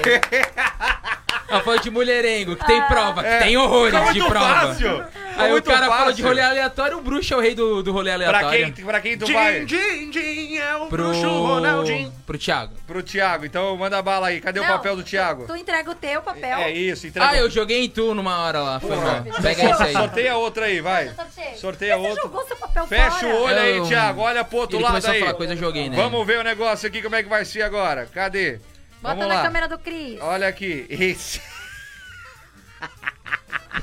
Speaker 5: Ela falou de mulherengo, que tem prova, que tem horrores
Speaker 4: Tá
Speaker 5: de
Speaker 4: Ah. muito
Speaker 5: prova.
Speaker 4: fácil. Tá
Speaker 5: Aí o
Speaker 4: muito
Speaker 5: cara fala
Speaker 4: fácil.
Speaker 5: de rolê aleatório, o bruxo é o rei do, do rolê
Speaker 4: Pra
Speaker 5: aleatório.
Speaker 4: quem, pra quem tu vai?
Speaker 8: Din, din, é o
Speaker 5: Pro...
Speaker 8: bruxo Ronaldinho.
Speaker 5: Pro Thiago.
Speaker 4: Pro Thiago. Então manda bala aí. Cadê o
Speaker 6: Não,
Speaker 4: papel do Thiago?
Speaker 6: Tu entrega o teu papel.
Speaker 4: É isso, entrega.
Speaker 5: Ah, eu joguei em tu numa hora lá, foi
Speaker 4: Porra.
Speaker 5: bom. Pega isso aí.
Speaker 4: Sorteia outra aí, vai.
Speaker 6: Sorteia.
Speaker 4: Sorteia
Speaker 6: Mas Você
Speaker 4: outra.
Speaker 6: jogou seu papel
Speaker 4: Fecha
Speaker 6: fora.
Speaker 4: o olho aí,
Speaker 5: Eu-
Speaker 4: Thiago. Olha pro outro
Speaker 5: Ele
Speaker 4: lado
Speaker 5: começou a
Speaker 4: aí.
Speaker 5: falar coisa, eu joguei, né?
Speaker 4: Vamos ver o negócio aqui, como é que vai ser agora. Cadê?
Speaker 6: Bota
Speaker 4: Vamos
Speaker 6: na
Speaker 4: lá.
Speaker 6: câmera do Cris.
Speaker 4: Olha aqui. Esse.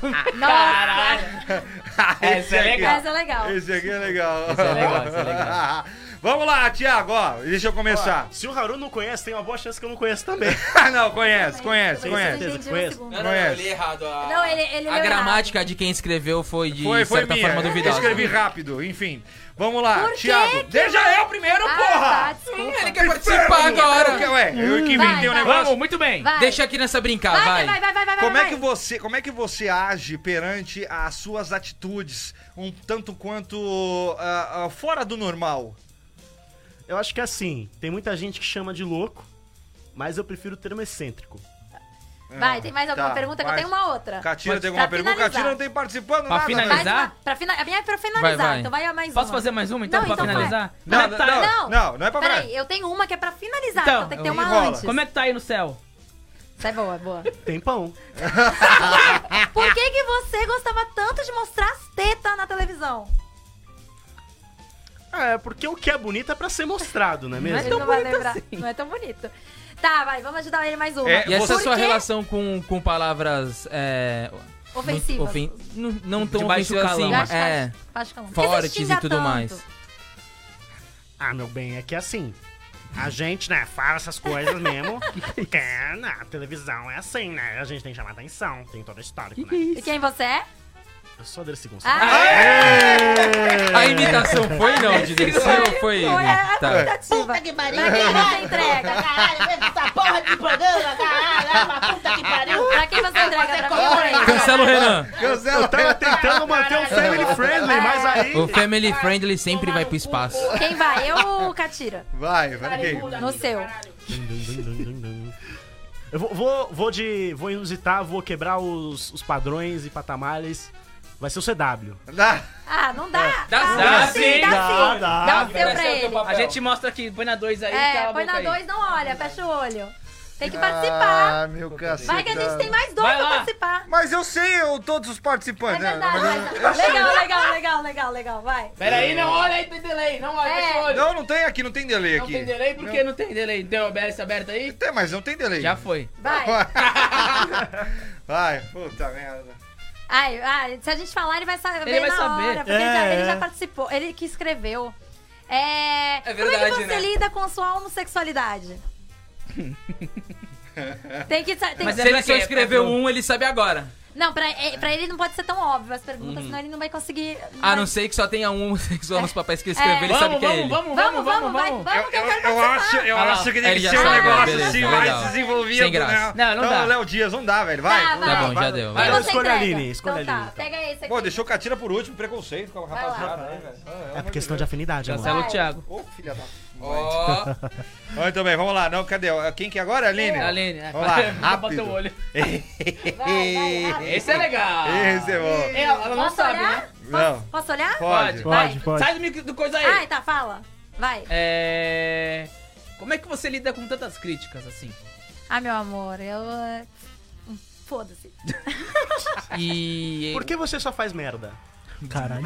Speaker 6: Nossa,
Speaker 4: Esse é legal.
Speaker 6: essa é legal.
Speaker 4: Esse aqui é legal.
Speaker 5: Esse é legal, esse é legal.
Speaker 4: Vamos lá, Thiago, ó. Deixa eu começar.
Speaker 8: Se o Haru não conhece, tem uma boa chance que eu não conheço também.
Speaker 4: Ah, não, conhece, conhece,
Speaker 6: Eu
Speaker 4: conhece.
Speaker 6: entendi
Speaker 8: Conhece,
Speaker 6: no
Speaker 8: conhece.
Speaker 6: segundo.
Speaker 4: Não, não, eu li
Speaker 5: errado. A,
Speaker 6: Não, ele- ele leu
Speaker 5: gramática de quem escreveu foi de
Speaker 4: Foi, foi
Speaker 5: certa
Speaker 4: minha.
Speaker 5: forma
Speaker 4: Eu
Speaker 5: duvidosa.
Speaker 4: escrevi rápido, enfim. Vamos lá,
Speaker 6: Por que
Speaker 4: Thiago.
Speaker 6: que-
Speaker 4: Deixa eu primeiro,
Speaker 6: Ah,
Speaker 4: porra!
Speaker 6: tá, desculpa.
Speaker 5: Ele quer participar
Speaker 4: Eu que-
Speaker 5: agora.
Speaker 4: Ué, eu que inventei o
Speaker 6: Vai, vai.
Speaker 4: negócio.
Speaker 3: Vamos, muito bem.
Speaker 6: Vai.
Speaker 5: Deixa a criança brincar, vai.
Speaker 6: Vai, vai, vai, vai, vai.
Speaker 4: Como
Speaker 6: vai,
Speaker 4: é, que
Speaker 6: vai.
Speaker 4: você, como é que você age perante as suas atitudes, um tanto quanto ah, ah, fora do normal?
Speaker 8: Eu acho que assim, tem muita gente que chama de louco, mas eu prefiro o termo excêntrico.
Speaker 6: Vai, tem mais alguma
Speaker 4: Tá,
Speaker 6: pergunta que eu
Speaker 4: mais-
Speaker 6: tenho uma outra.
Speaker 4: Catira
Speaker 6: Mas
Speaker 4: tem alguma
Speaker 6: pra
Speaker 4: pergunta?
Speaker 6: finalizar.
Speaker 4: Catira não tem participando
Speaker 3: Pra
Speaker 4: nada. né?
Speaker 3: finalizar.
Speaker 6: Mais uma, pra fina... A minha é pra finalizar,
Speaker 5: Vai, vai.
Speaker 6: então vai mais
Speaker 3: Posso
Speaker 6: uma.
Speaker 3: fazer mais uma então,
Speaker 6: Não,
Speaker 3: pra
Speaker 6: então
Speaker 3: finalizar?
Speaker 4: Não,
Speaker 3: Como é que
Speaker 4: não,
Speaker 3: tá aí-
Speaker 4: não, não, não é pra
Speaker 6: Peraí, eu tenho uma que é pra finalizar,
Speaker 3: Então,
Speaker 6: então, tem que ter
Speaker 3: eu-
Speaker 6: uma
Speaker 4: enrola.
Speaker 6: antes.
Speaker 3: Como é que tá aí no céu?
Speaker 6: Sai boa, boa.
Speaker 8: Tem pão.
Speaker 6: Por que, que você gostava tanto de mostrar as tetas na televisão?
Speaker 8: É, porque o que é bonito é pra ser mostrado, não é
Speaker 6: Ele
Speaker 8: mesmo?
Speaker 6: não vai lembrar. Não é tão bonito. Tá, vai, vamos ajudar ele mais uma.
Speaker 10: É,
Speaker 5: E essa
Speaker 6: Por
Speaker 5: sua
Speaker 6: quê?
Speaker 5: relação com, com palavras. É,
Speaker 6: Ofensivas.
Speaker 5: ofen- não, não
Speaker 3: De
Speaker 5: tão
Speaker 3: baixo
Speaker 5: ofensivas assim,
Speaker 3: calão.
Speaker 5: mas é,
Speaker 6: Baixo calão. Por que você
Speaker 5: fortes e
Speaker 6: xinga
Speaker 5: tudo
Speaker 6: tanto?
Speaker 5: mais.
Speaker 8: Ah, meu bem, é que assim. A gente, né, fala essas coisas mesmo. Porque na televisão é assim, né? A gente tem que chamar atenção, tem todo histórico, né?
Speaker 6: E quem você é?
Speaker 8: Eu sou Dercy Gonçalves.
Speaker 6: Ah,
Speaker 4: É.
Speaker 5: A imitação foi não, de Dirceu?
Speaker 6: Foi
Speaker 5: Foi.
Speaker 6: a
Speaker 5: Tá.
Speaker 6: tentativa.
Speaker 1: Puta que pariu.
Speaker 6: Pra quem você entrega?
Speaker 1: Caralho, essa porra de programa, caralho. é uma puta que pariu.
Speaker 6: Pra quem você entrega? Pra mim ou pra ele?
Speaker 5: Cancela o Renan.
Speaker 8: Eu tava tentando manter o family friendly, mas aí.
Speaker 5: O Family Friendly sempre vai pro espaço.
Speaker 6: Quem vai? Eu ou o Catira?
Speaker 4: Vai, vai quem?
Speaker 6: No seu.
Speaker 8: Eu vou, vou, vou de. Vou inusitar, vou quebrar os, os padrões e patamares. Vai ser o CW.
Speaker 4: Ah,
Speaker 6: Ah, não dá.
Speaker 3: É. Dá
Speaker 6: Ah,
Speaker 3: sim,
Speaker 6: dá sim, dá
Speaker 11: dá,
Speaker 6: sim.
Speaker 11: dá.
Speaker 8: É
Speaker 6: Dá o seu pra
Speaker 5: Oferece o teu
Speaker 6: ele.
Speaker 5: papel.
Speaker 3: A gente mostra aqui, põe na 2 aí. cala
Speaker 6: É,
Speaker 3: a
Speaker 6: põe
Speaker 3: boca
Speaker 6: na
Speaker 3: aí.
Speaker 6: 2, não olha, fecha o olho. Tem que participar.
Speaker 4: Ah, meu cacete.
Speaker 6: Vai que a gente tem mais dois
Speaker 3: Vai
Speaker 6: pra
Speaker 3: lá.
Speaker 6: participar.
Speaker 4: Mas eu sei eu, todos os
Speaker 6: É
Speaker 4: participantes. né?
Speaker 6: verdade,
Speaker 4: Mas eu-
Speaker 6: vai. Legal, legal, legal, legal, legal, vai.
Speaker 3: Pera aí, não olha aí, tem delay. Não olha,
Speaker 6: É.
Speaker 3: fecha o olho.
Speaker 4: Não, não tem aqui, não tem delay
Speaker 3: Não
Speaker 4: aqui.
Speaker 3: tem delay, por que não tem delay? Tem o OBS aberto aí?
Speaker 4: Tem, mas não tem delay.
Speaker 3: Já foi.
Speaker 6: Vai.
Speaker 4: Ai, puta merda.
Speaker 6: Ai, ai, se a gente falar, ele vai saber
Speaker 3: Ele vai
Speaker 6: na
Speaker 3: saber.
Speaker 6: hora, porque ele, já,
Speaker 11: É,
Speaker 6: ele
Speaker 11: é.
Speaker 6: já participou, ele que escreveu. É, como é
Speaker 5: verdade,
Speaker 6: que você
Speaker 5: né?
Speaker 6: lida com a sua homossexualidade? tem que, sa- tem
Speaker 3: Mas
Speaker 6: que-
Speaker 5: Se
Speaker 3: é pra
Speaker 5: ele só
Speaker 3: quê? É
Speaker 5: escreveu
Speaker 3: pro-
Speaker 5: um, ele sabe agora.
Speaker 6: Não, pra, é, pra ele não pode ser tão óbvio as perguntas, senão ele não vai conseguir...
Speaker 5: A
Speaker 6: vai-
Speaker 5: Ah, não ser que só tenha um sexual nos papéis que ele escreveu, ele sabe que é ele.
Speaker 3: vamos,
Speaker 6: Vamos, vamos, vai, vamos,
Speaker 4: Eu,
Speaker 6: que eu
Speaker 4: eu,
Speaker 6: quero
Speaker 4: eu
Speaker 6: participar.
Speaker 4: acho, eu
Speaker 5: Ah,
Speaker 4: acho que tem
Speaker 5: ele
Speaker 4: que
Speaker 5: já
Speaker 4: ser um
Speaker 5: sabe,
Speaker 4: negócio
Speaker 5: beleza,
Speaker 4: assim,
Speaker 5: legal.
Speaker 4: mais desenvolvido.
Speaker 5: Sem graça.
Speaker 4: Né?
Speaker 3: Não, não
Speaker 4: então,
Speaker 3: dá.
Speaker 4: Léo Dias, não dá, velho. Vai.
Speaker 6: Tá,
Speaker 4: não
Speaker 6: vai.
Speaker 4: dá.
Speaker 5: Tá bom, já deu. vai.
Speaker 6: E
Speaker 8: Vai.
Speaker 6: você
Speaker 8: Escolha a
Speaker 6: entrega.
Speaker 8: Aline, escolha
Speaker 6: então,
Speaker 8: a Aline,
Speaker 6: tá, pega esse aqui.
Speaker 4: Pô, deixou o Catira por último, preconceito com a
Speaker 6: Vai lá.
Speaker 4: rapaziada aí, velho. Ah,
Speaker 8: É
Speaker 4: amor
Speaker 8: por questão de
Speaker 4: Deus.
Speaker 8: afinidade,
Speaker 3: Cancela
Speaker 8: amor.
Speaker 3: o
Speaker 6: Vai.
Speaker 3: Thiago.
Speaker 4: Ô, filha da...
Speaker 5: Ó,
Speaker 4: Ó, Então bem, vamos lá. Não, cadê? Quem que é agora? Aline?
Speaker 3: Aline, é,
Speaker 4: Vamos lá,
Speaker 3: bota
Speaker 4: rápido.
Speaker 3: o olho.
Speaker 6: Vai, vai, rápido.
Speaker 3: Esse é legal.
Speaker 4: Esse é bom.
Speaker 3: É, Ela não
Speaker 6: Posso
Speaker 3: sabe,
Speaker 6: olhar?
Speaker 3: né?
Speaker 5: Ah.
Speaker 4: Não.
Speaker 6: Posso, posso olhar?
Speaker 4: Pode.
Speaker 11: Pode, pode.
Speaker 3: Sai do micro do coisa aí.
Speaker 6: Ai, tá, fala. Vai.
Speaker 3: É. Como é que você lida com tantas críticas assim?
Speaker 6: Ah, meu amor, eu... eh, Foda-se.
Speaker 5: e.
Speaker 8: Por que você só faz merda?
Speaker 11: Caralho.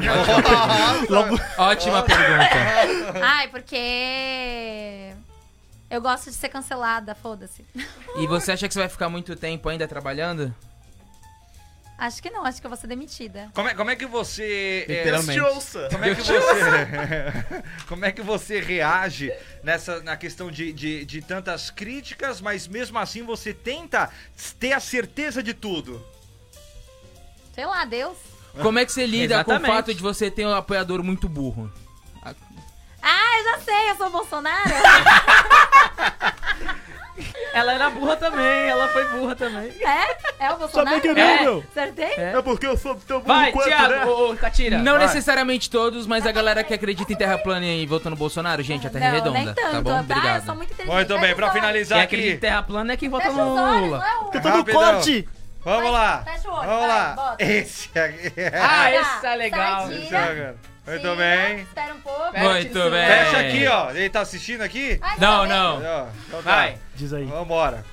Speaker 5: Ótima pergunta.
Speaker 6: Ai, porque... Eu gosto de ser cancelada, foda-se.
Speaker 5: E você acha que você vai ficar muito tempo ainda trabalhando?
Speaker 6: Acho que não, acho que eu vou ser demitida.
Speaker 4: Como é, como é que você... é,
Speaker 8: ouça.
Speaker 4: Como é que você, como é que você reage nessa, na questão de, de, de tantas críticas, mas mesmo assim você tenta ter a certeza de tudo?
Speaker 6: Sei lá, Deus.
Speaker 5: Como é que você lida com
Speaker 3: Exatamente.
Speaker 5: o fato de você ter um apoiador muito burro?
Speaker 6: Ah, eu já sei, eu sou Bolsonaro.
Speaker 3: Ela era burra também, ela foi burra também.
Speaker 6: é? É o Bolsonaro?
Speaker 11: Sabia que não, meu.
Speaker 6: Acertei?
Speaker 8: É porque eu sou tão burro
Speaker 3: Vai,
Speaker 8: quanto,
Speaker 3: Thiago,
Speaker 8: né?
Speaker 3: ô, ô, Catira.
Speaker 5: Não necessariamente todos, mas a galera que acredita em terra plana e votou no Bolsonaro, gente, a terra é
Speaker 6: não,
Speaker 5: redonda.
Speaker 6: nem tanto.
Speaker 5: tá
Speaker 3: ah,
Speaker 5: bom?
Speaker 6: tá?
Speaker 5: Obrigado.
Speaker 6: Eu sou muito inteligente.
Speaker 4: Muito bem,
Speaker 6: Fecha
Speaker 4: pra
Speaker 6: os olhos.
Speaker 4: finalizar
Speaker 3: Quem acredita em
Speaker 4: aqui.
Speaker 3: terra plana é quem vota
Speaker 6: Fecha
Speaker 3: no
Speaker 6: os olhos,
Speaker 3: Lula.
Speaker 6: não é o...
Speaker 11: Tô no
Speaker 4: Rapidão.
Speaker 11: corte.
Speaker 4: Vamos lá.
Speaker 6: Fecha o olho,
Speaker 4: Vamos
Speaker 6: vai,
Speaker 4: lá.
Speaker 6: bota.
Speaker 4: Esse aqui.
Speaker 3: Ah,
Speaker 6: Tá,
Speaker 3: esse é legal.
Speaker 6: sardinha.
Speaker 4: Esse agora. Muito
Speaker 6: Tira,
Speaker 4: bem.
Speaker 6: Espera um pouco.
Speaker 3: Fecha
Speaker 5: Muito
Speaker 3: isso.
Speaker 5: bem.
Speaker 4: Fecha aqui, ó. Ele tá assistindo aqui?
Speaker 6: Ai, tá
Speaker 5: Não, não.
Speaker 4: Ó, então tá.
Speaker 3: Vai.
Speaker 11: Diz aí.
Speaker 4: Vambora.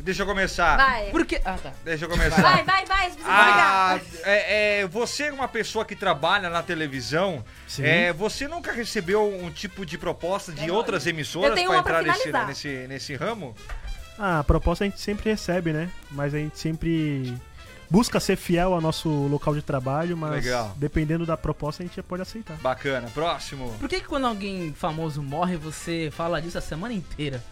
Speaker 4: Deixa eu começar.
Speaker 6: vendo? Vai.
Speaker 3: Por que. Ah, tá.
Speaker 4: Deixa eu começar.
Speaker 6: Vai, vai, vai. Você precisa
Speaker 4: Ah,
Speaker 6: ligar.
Speaker 4: é, é, você é uma pessoa que trabalha na televisão.
Speaker 11: Sim.
Speaker 4: É, você nunca recebeu um tipo de proposta de outras
Speaker 6: Eu
Speaker 4: emissoras
Speaker 6: tenho
Speaker 4: pra
Speaker 6: uma pra
Speaker 4: entrar nesse,
Speaker 6: finalizar.
Speaker 4: nesse, nesse ramo?
Speaker 11: Ah, a proposta a gente sempre recebe, né? Mas a gente sempre busca ser fiel ao nosso local de trabalho, mas
Speaker 4: Legal.
Speaker 11: dependendo da proposta a gente pode aceitar.
Speaker 4: Bacana. Próximo.
Speaker 3: Por que, que quando alguém famoso morre, você fala disso a semana inteira?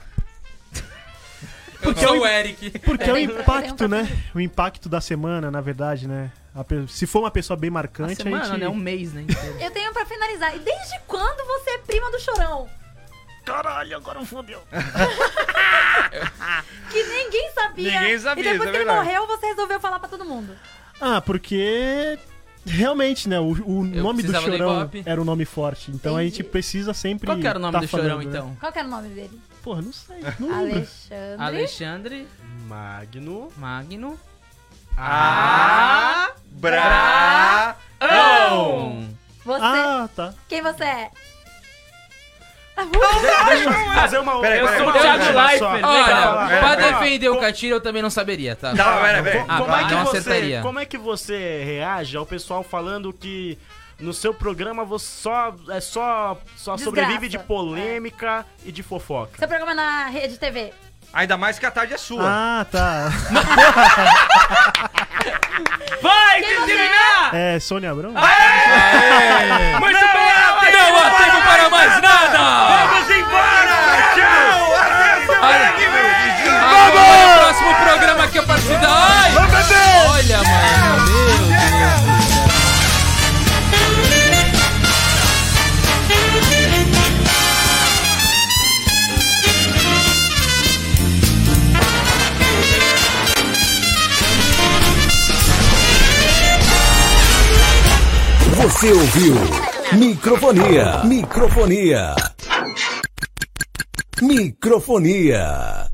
Speaker 5: Eu sou o Eric.
Speaker 11: Porque é o
Speaker 6: tem-
Speaker 11: impacto,
Speaker 6: tem um
Speaker 11: né? O impacto da semana, na verdade, né? A pe- Se for uma pessoa bem
Speaker 3: A
Speaker 11: marcante, a,
Speaker 3: semana,
Speaker 11: gente.
Speaker 3: né? Um mês, né? inteiro.
Speaker 6: Eu tenho um pra finalizar. E desde quando você é prima do chorão?
Speaker 8: Caralho, agora um fodeu.
Speaker 6: Que ninguém sabia.
Speaker 4: Ninguém sabia,
Speaker 6: E
Speaker 4: isso
Speaker 6: depois
Speaker 4: é
Speaker 6: que ele
Speaker 4: verdade.
Speaker 6: morreu, você resolveu falar pra todo mundo.
Speaker 11: Ah, porque. Realmente, né? O, o
Speaker 5: Eu
Speaker 11: nome do
Speaker 5: precisava do
Speaker 11: chorão
Speaker 5: Ibope.
Speaker 11: era um nome forte. Então a gente
Speaker 6: Entendi.
Speaker 11: precisa sempre.
Speaker 3: Qual que era o nome
Speaker 11: tá
Speaker 3: do chorão,
Speaker 11: falando, né?
Speaker 3: então?
Speaker 6: Qual que era o nome dele?
Speaker 11: Porra, não sei. Não lembro.
Speaker 6: Alexandre.
Speaker 3: Alexandre
Speaker 8: Magno.
Speaker 3: Magno.
Speaker 4: Ah, Bra.
Speaker 3: Não!
Speaker 6: Você,
Speaker 11: Ah, tá.
Speaker 6: Quem você é?
Speaker 8: Deixa eu fazer uma outra.
Speaker 4: Peraí,
Speaker 3: Eu
Speaker 4: peraí,
Speaker 3: sou o
Speaker 4: peraí,
Speaker 3: Thiago
Speaker 4: peraí.
Speaker 3: Leifert. vem cá.
Speaker 5: Olha,
Speaker 4: pera,
Speaker 5: pra
Speaker 4: pera.
Speaker 5: defender o Catira eu também não saberia, tá?
Speaker 4: Não, pera, pera.
Speaker 5: Ah,
Speaker 8: como, é
Speaker 3: Então
Speaker 8: que
Speaker 5: não
Speaker 8: você,
Speaker 5: acertaria.
Speaker 8: como é que você reage ao pessoal falando que no seu programa você só, é só, só
Speaker 6: Desgraça.
Speaker 8: sobrevive de polêmica e de fofoca?
Speaker 6: Seu programa é na rede TV.
Speaker 4: Ainda mais que a tarde é sua.
Speaker 12: Ah, tá.
Speaker 3: Vai,
Speaker 6: Quem você
Speaker 8: Ah.
Speaker 3: Cristina!
Speaker 12: É, Sônia Abrão?
Speaker 3: Muito bem!
Speaker 5: Não há tempo para mais nada!
Speaker 4: Vamos embora! Tchau! Até semana que vem!
Speaker 5: Agora, no próximo programa que eu participo... Ai! Olha, mano, meu Deus.
Speaker 9: Você ouviu? Microfonia. Microfonia. Microfonia.